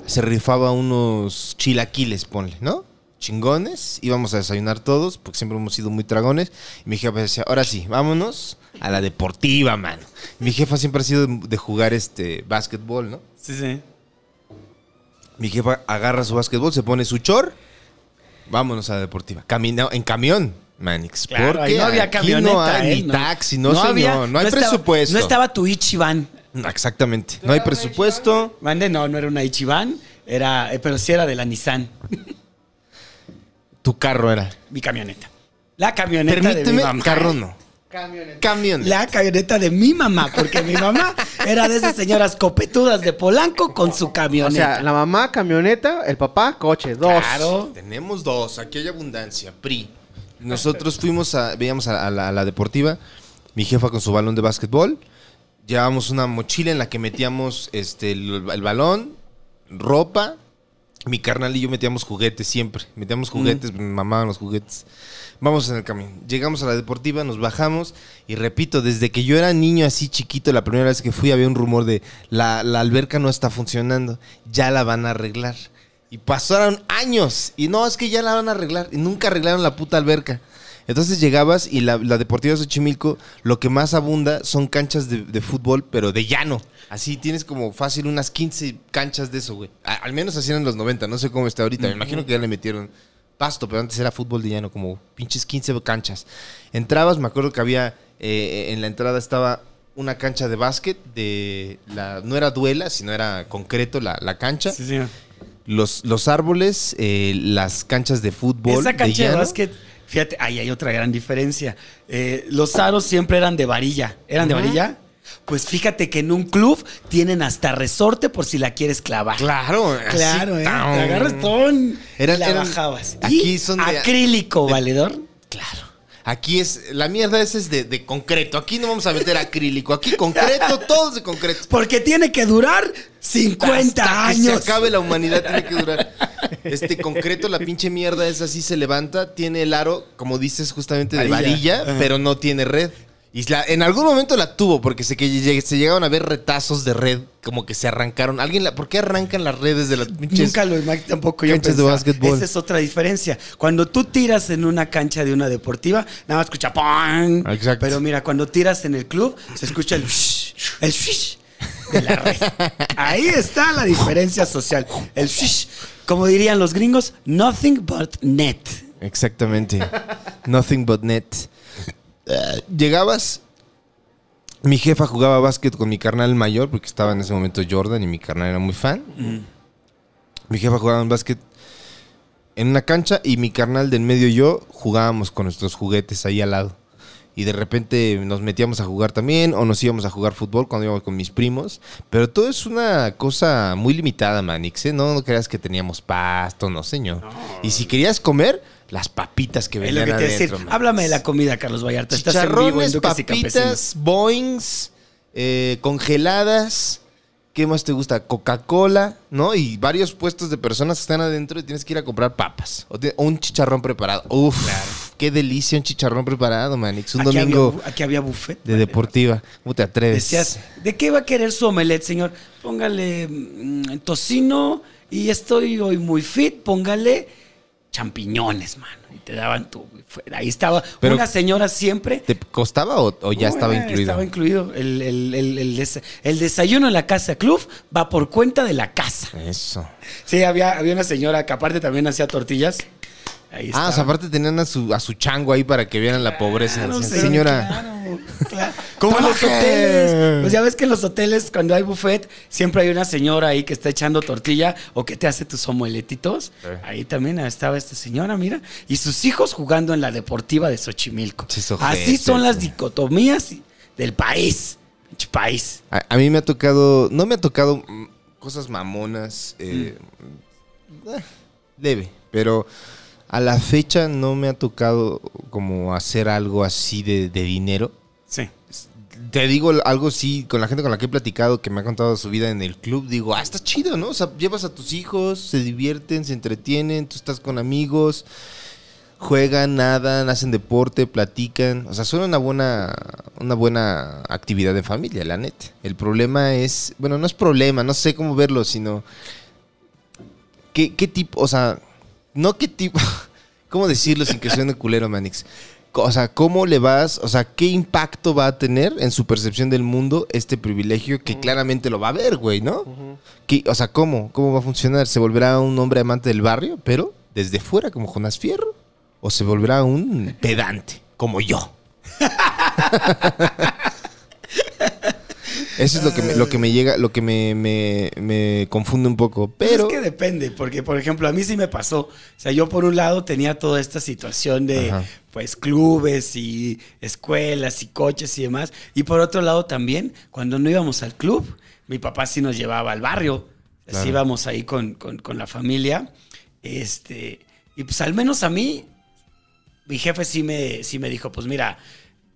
Se rifaba unos chilaquiles, ponle, ¿no? Chingones. Íbamos a desayunar todos, porque siempre hemos sido muy tragones. Y mi jefa decía, ahora sí, vámonos a la deportiva, mano. Mi jefa siempre ha sido de de jugar este básquetbol, ¿no?
Sí, sí.
Mi jefa agarra su básquetbol, se pone su chor. Vámonos a la deportiva. Camina en camión, Manix.
Claro, ahí
porque
no había
aquí
camioneta.
No hay
¿eh?
ni taxi, no, señor.
había-
no hay
estaba-
presupuesto.
no estaba tu Ichiban.
No, Exactamente. No hay presupuesto.
Mande, no, no era una Ichiban. Era, eh, pero sí era de la Nissan.
Tu carro era.
mi camioneta. La camioneta de mi
Permíteme,
mamá.
carro no.
Camioneta.
Camión.
La camioneta de mi mamá, porque mi mamá era de esas señoras copetudas de Polanco con su
O
camioneta.
sea, la mamá, camioneta, el papá, coche, dos.
Claro.
Tenemos dos, aquí hay abundancia, PRI. Nosotros fuimos a, veíamos a, a la, a la deportiva, mi jefa con su balón de básquetbol, llevábamos una mochila en la que metíamos este, el, el balón, ropa, mi carnal y yo metíamos juguetes siempre, metíamos juguetes, mi mamá los juguetes. Vamos en el camión, llegamos a la deportiva, nos bajamos y repito, desde que yo era niño así chiquito, la primera vez que fui había un rumor de la, la alberca no está funcionando, ya la van a arreglar. Y pasaron años. Y no, es que ya la van a arreglar. Y nunca arreglaron la puta alberca. Entonces llegabas y la, la Deportiva de Xochimilco, lo que más abunda son canchas de, de fútbol, pero de llano. Así tienes como fácil unas 15 canchas de eso, güey. A- al menos así eran los 90, no sé cómo está ahorita. Me imagino que ya le metieron pasto, pero antes era fútbol de llano, como pinches 15 canchas. Entrabas, me acuerdo que había, eh, en la entrada estaba una cancha de básquet, de la, no era duela, sino era concreto la, la cancha.
Sí, señor.
Los, los árboles, eh, las canchas de fútbol.
Esa cancha de,
llano.
básquet, fíjate, ahí hay otra gran diferencia. Eh, los aros siempre eran de varilla. ¿Eran de varilla? Pues fíjate que en un club tienen hasta resorte por si la quieres clavar.
Claro, así,
Claro, ¿eh? Te
¡taum!
agarras ton
Eran-
y la
eran-
bajabas.
aquí
y
son de-
acrílico,
de-
¿valedor?
Claro. Aquí es, la mierda esa es de, de concreto. Aquí no vamos a meter acrílico. Aquí
[LAUGHS]
concreto, todos de concreto.
Porque tiene que durar 50
Hasta
años.
Que se acabe la humanidad, tiene que durar. Este concreto, la pinche mierda es así, se levanta, tiene el aro, como dices, justamente de
Varilla.
varilla, pero no tiene red. Y la- en algún momento la tuvo, porque se, que lleg- se llegaron a ver retazos de red, como que se arrancaron. ¿Alguien la, ¿Por qué arrancan las redes de las pinches?
Nunca lo imaginé tampoco yo.
canchas de
pensaba.
básquetbol.
Esa es otra diferencia. Cuando tú tiras en una cancha de una deportiva, nada más escucha ¡pong!
Exacto.
Pero mira, cuando tiras en el club, se escucha el shh, el shh de la red. Ahí está la diferencia social. El shh. Como dirían los gringos, nothing but net.
Exactamente. Nothing but net. Eh, Llegabas. Mi jefa jugaba básquet con mi carnal mayor, porque estaba en ese momento Jordan y mi carnal era muy fan.
Mm.
Mi jefa jugaba en básquet en una cancha y mi carnal del medio y yo jugábamos con nuestros juguetes ahí al lado. Y de repente nos metíamos a jugar también o nos íbamos a jugar fútbol cuando íbamos con mis primos. Pero todo es una cosa muy limitada, Manix. ¿eh? No, no creas que teníamos pasto, no, señor. Y si querías comer, las papitas que
Es lo
venían
que te decir.
adentro, Manix.
Háblame de la comida, Carlos Vallarta. Estás en vivo en
Chicharrones,
Duques y Campesinos.
papitas, boings, eh, congeladas. ¿Qué más te gusta? Coca-Cola, ¿no? Y varios puestos de personas que están adentro y tienes que ir a comprar papas. O, te- o un chicharrón preparado. Uf, qué delicia un chicharrón preparado, Manix. Un
Aquí había
domingo
bu- aquí había buffet.
de deportiva. ¿Cómo te atreves?
Decías, ¿de qué va a querer su omelette, señor? Póngale mm, tocino y estoy hoy muy fit, póngale champiñones, mano. Y te daban tu... Ahí estaba
Pero-
una señora siempre...
¿Te costaba o, o ya
No,
estaba
era-
incluido?
Estaba incluido. El, el- el- el des- el desayuno en la casa club va por cuenta de la casa.
Eso.
Sí, había, había una señora que aparte también hacía tortillas. Ahí
Ah, o sea,
estaba.
aparte tenían a su, a su chango ahí para que vieran la pobreza.
Claro,
Decían,
señor,
Ah, señora.
claro, claro. Como en los
¡Trabaje!
hoteles. Pues ya ves que en los hoteles, cuando hay buffet, siempre hay una señora ahí que está echando tortilla o que te hace tus omeletitos. Ahí también estaba esta señora, mira. Y sus hijos jugando en la deportiva de Xochimilco.
Chis ojetes,
Así son las
eh.
dicotomías del país. Pinche país.
A, a mí me ha tocado, no me ha tocado mm, cosas mamonas, eh, eh, leve, pero a la fecha no me ha tocado como hacer algo así de, de dinero.
Sí.
Te digo algo, sí, con la gente con la que he platicado, que me ha contado su vida en el club, digo, ah, está chido, ¿no? O sea, llevas a tus hijos, se divierten, se entretienen, tú estás con amigos, juegan, nadan, hacen deporte, platican. O sea, suena una buena, una buena actividad en familia, la neta. El problema es, bueno, no es problema, no sé cómo verlo, sino qué, qué tipo, o sea, no qué tipo, [LAUGHS] ¿cómo decirlo sin que suene culero, Manix? O sea, ¿cómo le vas, o sea, qué impacto va a tener en su percepción del mundo este privilegio que claramente lo va a ver, güey, ¿no? ¿Qué- o sea, ¿cómo? ¿Cómo va a funcionar? ¿Se volverá un hombre amante del barrio, pero desde fuera, como Jonás Fierro? ¿O se volverá un pedante, como yo? [LAUGHS] Eso es lo que me, lo que me llega, lo que me, me, me confunde un poco.
Pero
Pero
Pues es que depende, porque por ejemplo a mí sí me pasó. O sea, yo por un lado tenía toda esta situación de
Ajá.
pues clubes y escuelas y coches y demás. Y por otro lado también, cuando no íbamos al club, mi papá sí nos llevaba al barrio. Así
Claro.
íbamos ahí con, con- con la familia. Este, y pues al menos a mí, mi jefe sí me, sí me dijo, pues mira,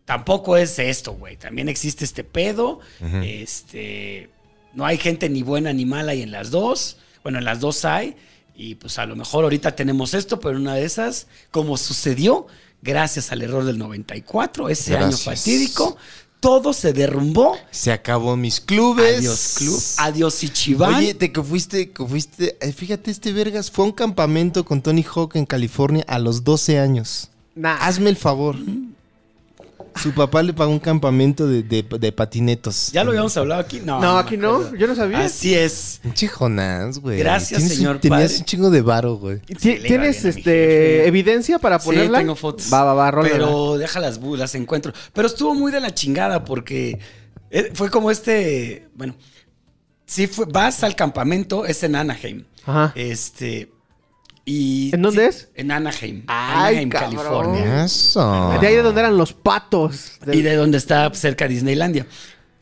tampoco es esto, güey. También existe este pedo.
Ujú.
Este. No hay gente ni buena ni mala y en las dos. Bueno, en las dos hay. Y pues a lo mejor ahorita tenemos esto, pero en una de esas, como sucedió, gracias al error del 94, ese
Gracias.
año fatídico, todo se derrumbó.
se acabó mis clubes.
Adiós, club. Adiós, Ichiban.
Oye, te que fuiste, que fuiste. eh, Fíjate, este Vergas fue a un campamento con Tony Hawk en California a los 12 años.
Nah.
Hazme el favor.
Ah.
Su papá le pagó un campamento de, de- de patinetos.
¿Ya lo habíamos hablado aquí? No. Ah,
No,
me
aquí no,
acuerdo.
yo no sabía.
Así es.
Pinche Jonás, güey.
Gracias,
Tienes un-
señor
Tenías
padre.
un chingo de varo, güey.
Ti-
Sí, le iba
¿Tienes
bien a mi
este
jefe.
evidencia para ponerla?
Sí, tengo fotos.
Va, va, va, rola.
Pero déjalas, bu- las encuentro. Pero estuvo muy de la chingada porque eh, fue como este. Bueno, sí, fue, vas al campamento, es en Anaheim.
Ajá.
Este. Y,
¿En dónde
sí,
es? Ah,
En Anaheim.
Ay,
Anaheim,
cabrón.
California.
Eso.
De ahí de donde eran los patos. De-
Y de donde está cerca Disneylandia.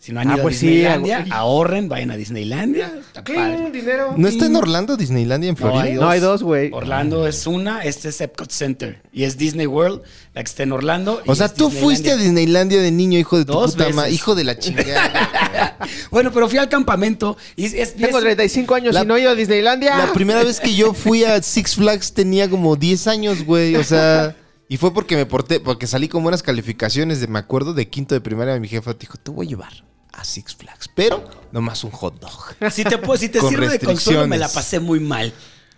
Si no han
Ah,
ido
pues
a
sí, Ah,
Disneylandia,
hago- ahorren,
ahorren, vayan a Disneylandia. Está
Cling,
padre.
dinero.
¿No está en Orlando, Disneylandia, en Florida?
No, hay dos, güey.
Orlando es una, este es Epcot Center. Y es Disney World, la que está en Orlando. y
o sea,
es
tú fuiste a
Disneylandia.
Disneylandia de niño, hijo de tu
Dos
puta madre.
veces.
Hijo de la
[LAUGHS]
chingada. güey.
Bueno, pero fui al campamento y es, es-
Tengo
es-
35 años
La-
y no he ido a Disneylandia.
la primera vez que yo fui a Six Flags tenía como 10 años, güey. O sea. Y fue porque me porté, porque salí con buenas calificaciones de, me acuerdo, de quinto de primaria. Mi jefa dijo, te voy a llevar a Six Flags, pero nomás un hot dog.
si te, puedo- si te
[LAUGHS] Con
sirve de consuelo, me la
restricciones.
pasé muy mal.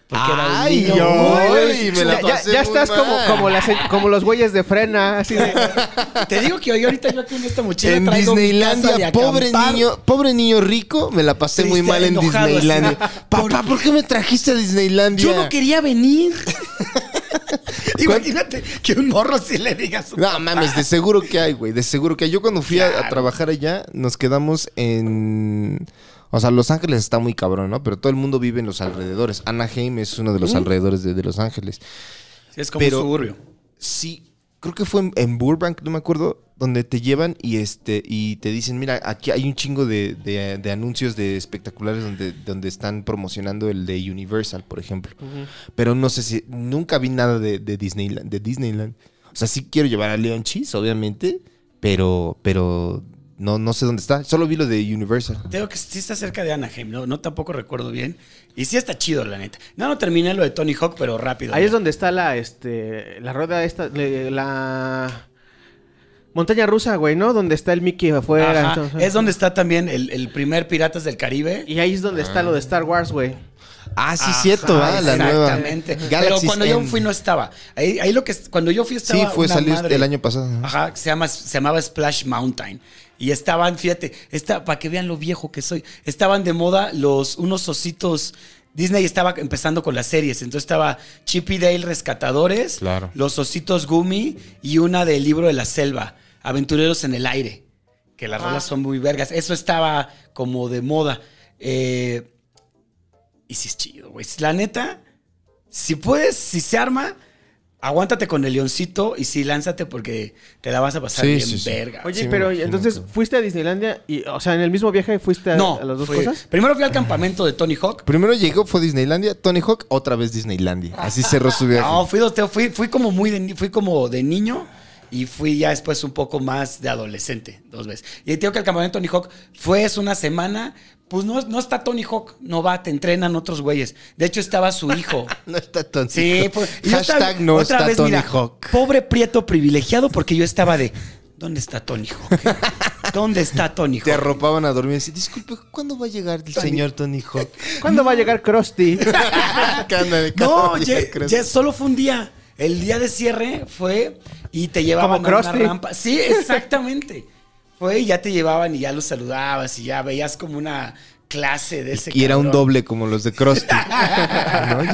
Porque era un
Ay,
niño
yo-
muy
Ay, me la
ya, ya-
pasé
ya
muy
estás como,
mal.
como, las- como los güeyes de frena, así de...
[LAUGHS] Te digo que hoy ahorita yo aquí en esta mochila
en
traigo mi casa de
Disneylandia, pobre
acampar.
niño, pobre niño rico, me la pasé muy
Triste,
mal en
enojado, así.
Disneylandia. Papá, ¿por qué me trajiste a Disneylandia?
Yo no quería
[LAUGHS]
venir. [LAUGHS] Imagínate que un morro sí le diga su...
No mames, de seguro que hay, güey. De seguro que hay. Yo cuando fui a- a,
Claro.
trabajar allá, nos quedamos en. O sea, Los Ángeles está muy cabrón, ¿no? Pero todo el mundo vive en los alrededores. Anaheim es uno de los alrededores de, de Los Ángeles.
Sí, es como
Pero-
un suburbio.
Sí, creo que fue en, en Burbank, no me acuerdo, donde te llevan y este y te dicen, mira, aquí hay un chingo de, de- de anuncios de espectaculares donde, donde están promocionando el de Universal, por ejemplo. Pero no sé si nunca vi nada de, de Disneyland, de Disneyland. O sea, sí quiero llevar a Leon Cheese, obviamente, pero pero no no sé dónde está. Solo vi lo de Universal.
Te digo que sí está cerca de Anaheim, ¿no? No tampoco recuerdo bien. Y sí está chido, la neta. No, no terminé lo de Tony Hawk, pero rápido.
Ahí
Ya.
es donde está la, este, la rueda esta, le- la montaña rusa, güey, ¿no? Donde está el Mickey afuera.
Ajá.
entonces-
Es donde está también el, el primer Piratas del Caribe.
Y ahí es donde está lo de Star Wars, güey.
Ah, sí,
Ajá,
cierto, ah, la nueva.
Exactamente. Pero
Galaxy's
cuando yo
End.
fui no estaba. Ahí, ahí lo que cuando yo fui estaba
Sí, fue
una
salió este
madre.
el año pasado.
Ajá, que se llama se llamaba Splash Mountain. Y estaban, fíjate, esta, para que vean lo viejo que soy, estaban de moda los unos ositos. Disney estaba empezando con las series, entonces estaba Chip y Dale Rescatadores,
Claro.
los ositos Gumi y una del libro de la selva, Aventureros en el aire, que las rolas son muy vergas. Eso estaba como de moda. Eh, y si es chido, güey. La neta, si puedes, si se arma, aguántate con el leoncito y sí, lánzate porque te la vas a pasar
Sí,
bien
sí, sí.
verga.
Oye,
Sí, me
pero
imagino
entonces
que-
fuiste a Disneylandia y, o sea, en el mismo viaje fuiste a,
no,
a las dos
fui-
cosas.
Primero fui al campamento de Tony Hawk.
Primero llegó, fue Disneylandia, Tony Hawk, otra vez Disneylandia. Así cerró su viaje.
No, fui, dos- fui, fui como muy de, ni- fui como de niño y fui ya después un poco más de adolescente, dos veces. Y tengo que el campamento de Tony Hawk fue es una semana, pues no, no está Tony Hawk, no va, te entrenan otros güeyes. De hecho estaba su
[LAUGHS]
hijo.
No está Tony
Sí,
Hawk.
pues. y yo estaba-
Hashtag no está Tony
mira,
Hawk.
Pobre Prieto privilegiado, porque yo estaba de. ¿Dónde está Tony
[LAUGHS]
Hawk? ¿Dónde está Tony
Te
Hawk?
arropaban a dormir y decían, disculpe, ¿cuándo va a llegar el señor Tony
[LAUGHS]
Hawk?
¿Cuándo va a llegar Krusty?
¿Qué onda de
No,
cabrón?
ye-
creo.
ye- solo fue un día. El día de cierre fue y te llevaban
Como
a una
Krusty.
rampa. Sí, exactamente. Fue y ya te llevaban y ya los saludabas y ya veías como una clase de ese
Y era un
cabrón.
doble como los de Krusty. ¿no?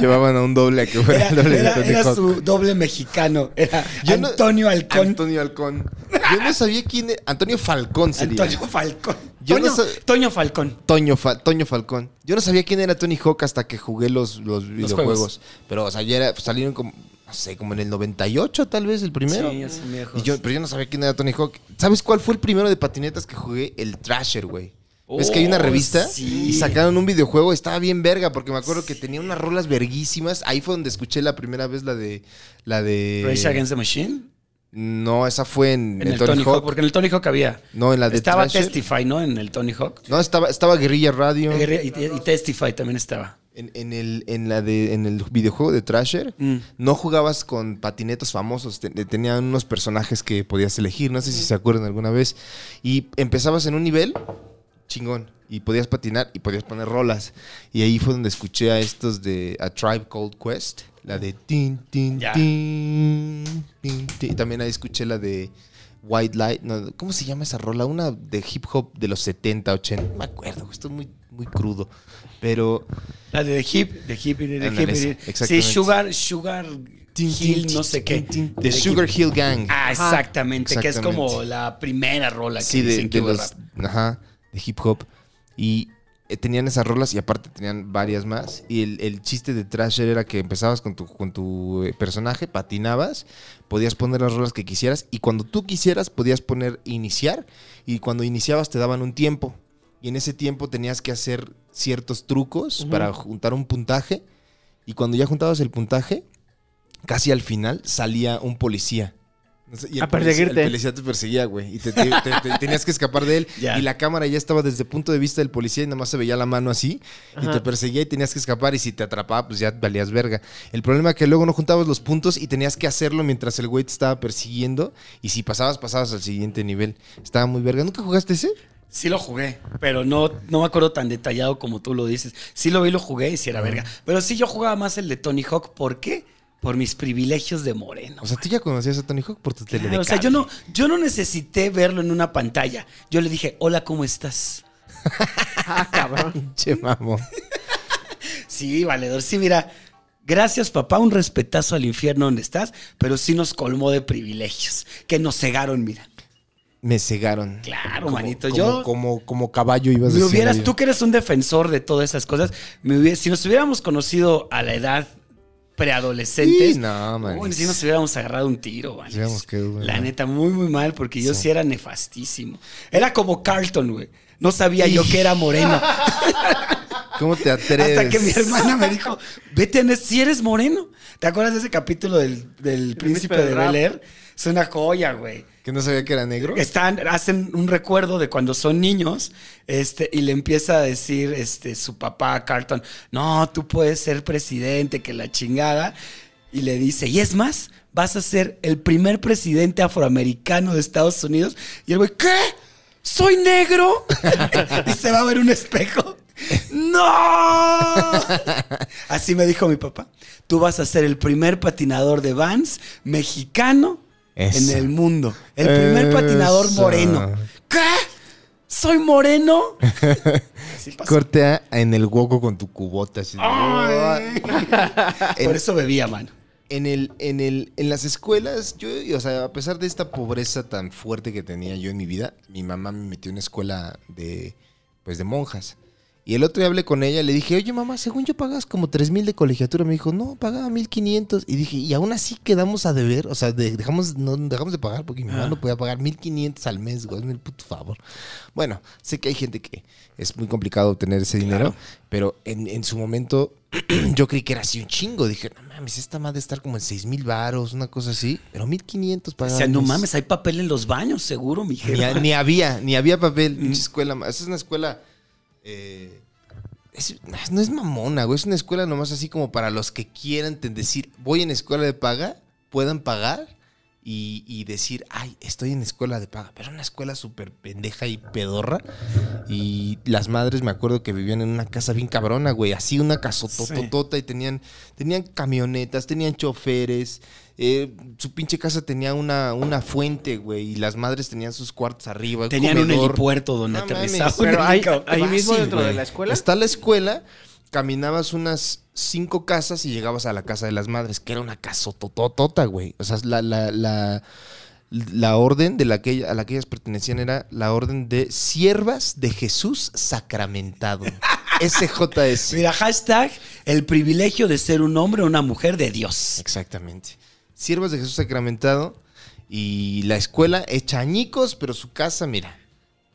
[LAUGHS]
Llevaban a un doble a que fuera
Era,
el doble
era-
de Tony
era
Hawk.
su doble mexicano. Era
Yo no-
Antonio Alcón.
Antonio Halcón. Yo no sabía quién era. Antonio Falcón sería.
Antonio Falcón.
Yo no
Toño,
sab-
Toño Falcón.
Toño, Fa- Toño Falcón. Yo no sabía quién era Tony Hawk hasta que jugué los, los videojuegos.
juegos.
Pero, o sea, ya era- salieron como, no sé, como en el 98 tal vez el primero.
Sí, así lejos.
Y yo, pero yo no sabía quién era Tony Hawk. ¿Sabes cuál fue el primero de patinetas que jugué? El Trasher, güey. ¿Ves que hay una
Oh,
revista?
sí.
Y sacaron un videojuego, estaba bien verga, porque me acuerdo que tenía unas rolas verguísimas. Ahí fue donde escuché la primera vez la de. La de.
Rage Against the Machine.
No, esa fue Eh, en,
En el, Tony, Hawk. Porque en el Tony Hawk había.
No, en la de
Estaba
Thrasher.
Testify, ¿no? En el Tony Hawk. Eh,
No, estaba, estaba Guerrilla Radio.
Y, y Testify también estaba.
En, en el, en, la de, en el videojuego de Trasher,
Mm.
no jugabas con patinetas famosos, te- te- tenían unos personajes que podías elegir, no sé si se acuerdan alguna vez, y empezabas en un nivel chingón, y podías patinar y podías poner rolas, y ahí fue donde escuché a estos de A Tribe Called Quest, la de tin, tin,
Ya.
tin, tin, tin. y también ahí escuché la de White Light, no, ¿cómo se llama esa rola? Una de hip hop de los 70, 80, no me acuerdo, esto es muy, muy crudo, pero...
La de The Hip, The Hip, The
Ándale,
Hip.
esa,
The Hip. Sí,
exactamente.
Sugar, Sugar Hill, no sé qué.
The Sugar Hill Gang.
Ah, exactamente, que es
Exactamente.
como la primera rola que
sí, de,
dicen que
de
hubo
los.
rap.
Ajá, de hip hop. Y eh, tenían esas rolas y aparte tenían varias más. Y el, el chiste de Trasher era que empezabas con tu, con tu eh, personaje, patinabas, podías poner las rolas que quisieras. Y cuando tú quisieras, podías poner iniciar. Y cuando iniciabas, te daban un tiempo. Y en ese tiempo tenías que hacer ciertos trucos para juntar un puntaje. Y cuando ya juntabas el puntaje, casi al final salía un policía. No sé, Y el
A
policía-
perseguirte.
el policía te perseguía, güey. Y te, te- te-
[LAUGHS]
te- tenías que escapar de él.
Ya.
Y la cámara ya estaba desde el punto de vista del policía y nada más se veía la mano así. Y
Ajá.
te perseguía y tenías que escapar. Y si te atrapaba, pues ya valías verga. El problema es que luego no juntabas los puntos y tenías que hacerlo mientras el güey te estaba persiguiendo. Y si pasabas, pasabas al siguiente nivel. Estaba muy verga. ¿Nunca jugaste ese?
Sí lo jugué, pero no, no me acuerdo tan detallado como tú lo dices. Sí lo vi, lo jugué y sí era verga. Pero sí yo jugaba más el de Tony Hawk. ¿Por qué? Por mis privilegios de moreno.
O sea, tú ya conocías a Tony Hawk por tu tele
Claro,
de
o sea, yo
cable.
no, yo no necesité verlo en una pantalla. Yo le dije, hola, ¿cómo estás?
[LAUGHS] Ah, cabrón.
Che, mamón.
Sí, valedor, sí, mira. Gracias, papá, un respetazo al infierno donde estás, pero sí nos colmó de privilegios, que nos cegaron, mira.
Me cegaron.
Claro,
Como-
manito,
como-
yo-
Como, como caballo ibas
Me
haciendo
hubieras,
yo.
tú que eres un defensor de todas esas cosas, me hubie- si nos hubiéramos conocido a la edad preadolescente,
Sí, no, man.
si nos hubiéramos agarrado un tiro, man.
Hubiéramos quedado, güey.
La neta, muy, muy mal, porque yo
Sí.
sí era nefastísimo. Era como Carlton, güey. No sabía yo que era
[LAUGHS]
moreno.
¿Cómo te
[LAUGHS]
atreves?
Hasta que mi hermana me dijo, vete, si eres moreno. ¿Te acuerdas de ese capítulo del, del Príncipe
Príncipe
de
del Rap.
Bel Air? Es una joya, güey.
¿Que no sabía que era negro?
Están, hacen un recuerdo de cuando son niños, este, y le empieza a decir este, su papá a Carlton, no, tú puedes ser presidente, que la chingada. Y le dice, y es más, vas a ser el primer presidente afroamericano de Estados Unidos. Y el güey, ¿qué? ¿Soy negro? [LAUGHS] y se va a ver un espejo. ¡No! Así me dijo mi papá. Tú vas a ser el primer patinador de Vans mexicano
Eso.
en el mundo. El primer
Eso.
patinador moreno. ¿Qué? ¿Soy
[LAUGHS]
moreno? Así pasó.
Corte a- en el hueco con tu cubota. así de-
Ay.
en,
Por eso bebía, mano.
en el, en, el, en las escuelas, yo, o sea, a pesar de esta pobreza tan fuerte que tenía yo en mi vida, mi mamá me metió en una escuela de, pues, de monjas. Y el otro día hablé con ella, le dije, oye mamá, según yo pagas como 3 mil de colegiatura. Me dijo, no, pagaba 1500. Y dije, y aún así quedamos a deber, o sea, de- dejamos, no, dejamos de pagar porque mi mamá
Ah.
no podía pagar 1500 al mes, güey, hazme el puto favor. Bueno, sé que hay gente que es muy complicado obtener ese dinero, pero en, en su momento [CLEARS THROAT] yo creí que era así un chingo. Dije, no mames, esta madre estar como en 6 mil varos, una cosa así, pero 1500
O
pagaba.
sea,
al
no
mes.
mames, hay papel en los baños, seguro, mi
Ni,
jefe.
Ah, ni había, ni había papel. Pinche escuela. ma- Esa es una escuela. eh, es- no es mamona, güey. Es una escuela nomás así como para los que quieran te- decir, voy en escuela de paga, puedan pagar. y, y decir, ay, estoy en escuela de paga, pero una escuela súper pendeja y pedorra. Y las madres, me acuerdo que vivían en una casa bien cabrona, güey, así una casotototota y tenían, tenían camionetas, tenían choferes. eh, su pinche casa tenía una, una fuente, güey, y las madres tenían sus cuartos arriba.
[LAUGHS]
un
Tenían un
comedor.
helipuerto donde
No
aterrizaba.
mames.
un
Pero ahí,
helicóptero.
ahí mismo
Fácil,
dentro de
güey.
la escuela.
Está la escuela, caminabas unas cinco casas y llegabas a la casa de las madres, que era una casototota, güey. O sea, la, la, la, la orden de la que, a la que ellas pertenecían era la orden de siervas de Jesús
[LAUGHS]
sacramentado. SJS.
Mira, hashtag el privilegio de ser un hombre o una mujer de Dios.
Exactamente. Siervas de Jesús sacramentado y la escuela hecha añicos, pero su casa, mira,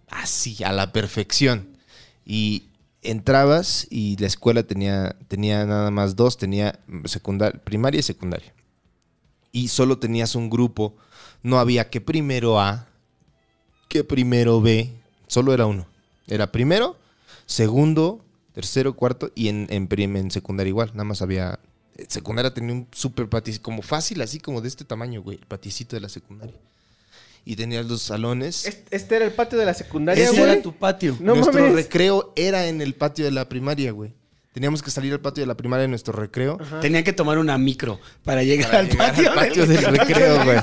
así, a la perfección. Y entrabas y la escuela tenía, tenía nada más dos, tenía secundar- primaria y secundaria. Y solo tenías un grupo, no había que primero A, que primero B, solo era uno. Era primero, segundo, tercero, cuarto y en, en, prim- en secundaria igual, nada más había eh, secundaria tenía un super patis, como fácil, así como de este tamaño, güey, el paticito de la secundaria. Y tenías los salones.
Est- Este era el patio de la secundaria,
Ese
güey.
era tu patio.
No
nuestro
mames.
recreo era en el patio de la primaria, güey. Teníamos que salir al patio de la primaria en nuestro recreo.
Tenían que tomar una micro para llegar
para
al
llegar
patio.
al patio del recreo, güey.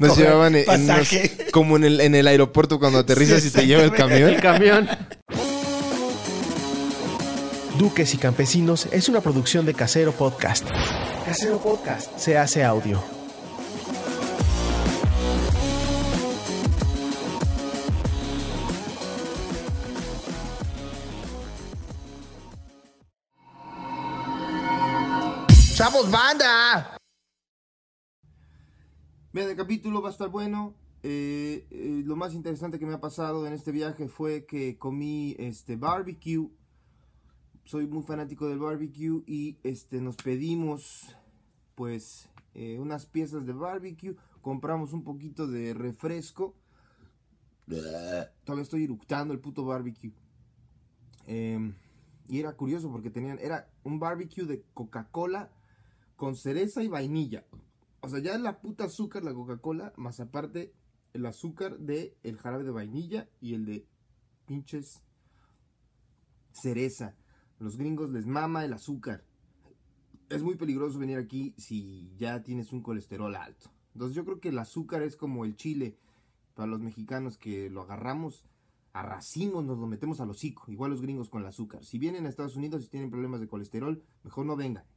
Nos
coger
llevaban en- en unos-
pasaje.
como en el, en el aeropuerto cuando aterrizas
Sí,
y te lleva el camión.
El camión.
Duques y Campesinos es una producción de Casero Podcast. Casero Podcast se hace audio.
¡Chavos, banda!
Vean, el capítulo va a estar bueno. Eh, eh, lo más interesante que me ha pasado en este viaje fue que comí este barbecue. Soy muy fanático del barbecue y este nos pedimos pues eh, unas piezas de barbecue. Compramos un poquito de refresco. Todavía estoy eructando el puto barbecue. Em, y era curioso porque tenían era un barbecue de Coca-Cola con cereza y vainilla. O sea, ya la puta azúcar, la Coca-Cola, más aparte el azúcar de el jarabe de vainilla y el de pinches cereza. Los gringos les mama el azúcar. Es muy peligroso venir aquí si ya tienes un colesterol alto. Entonces yo creo que el azúcar es como el chile para los mexicanos que lo agarramos a racimos, nos lo metemos al hocico. Igual los gringos con el azúcar. Si vienen a Estados Unidos y tienen problemas de colesterol, mejor no vengan.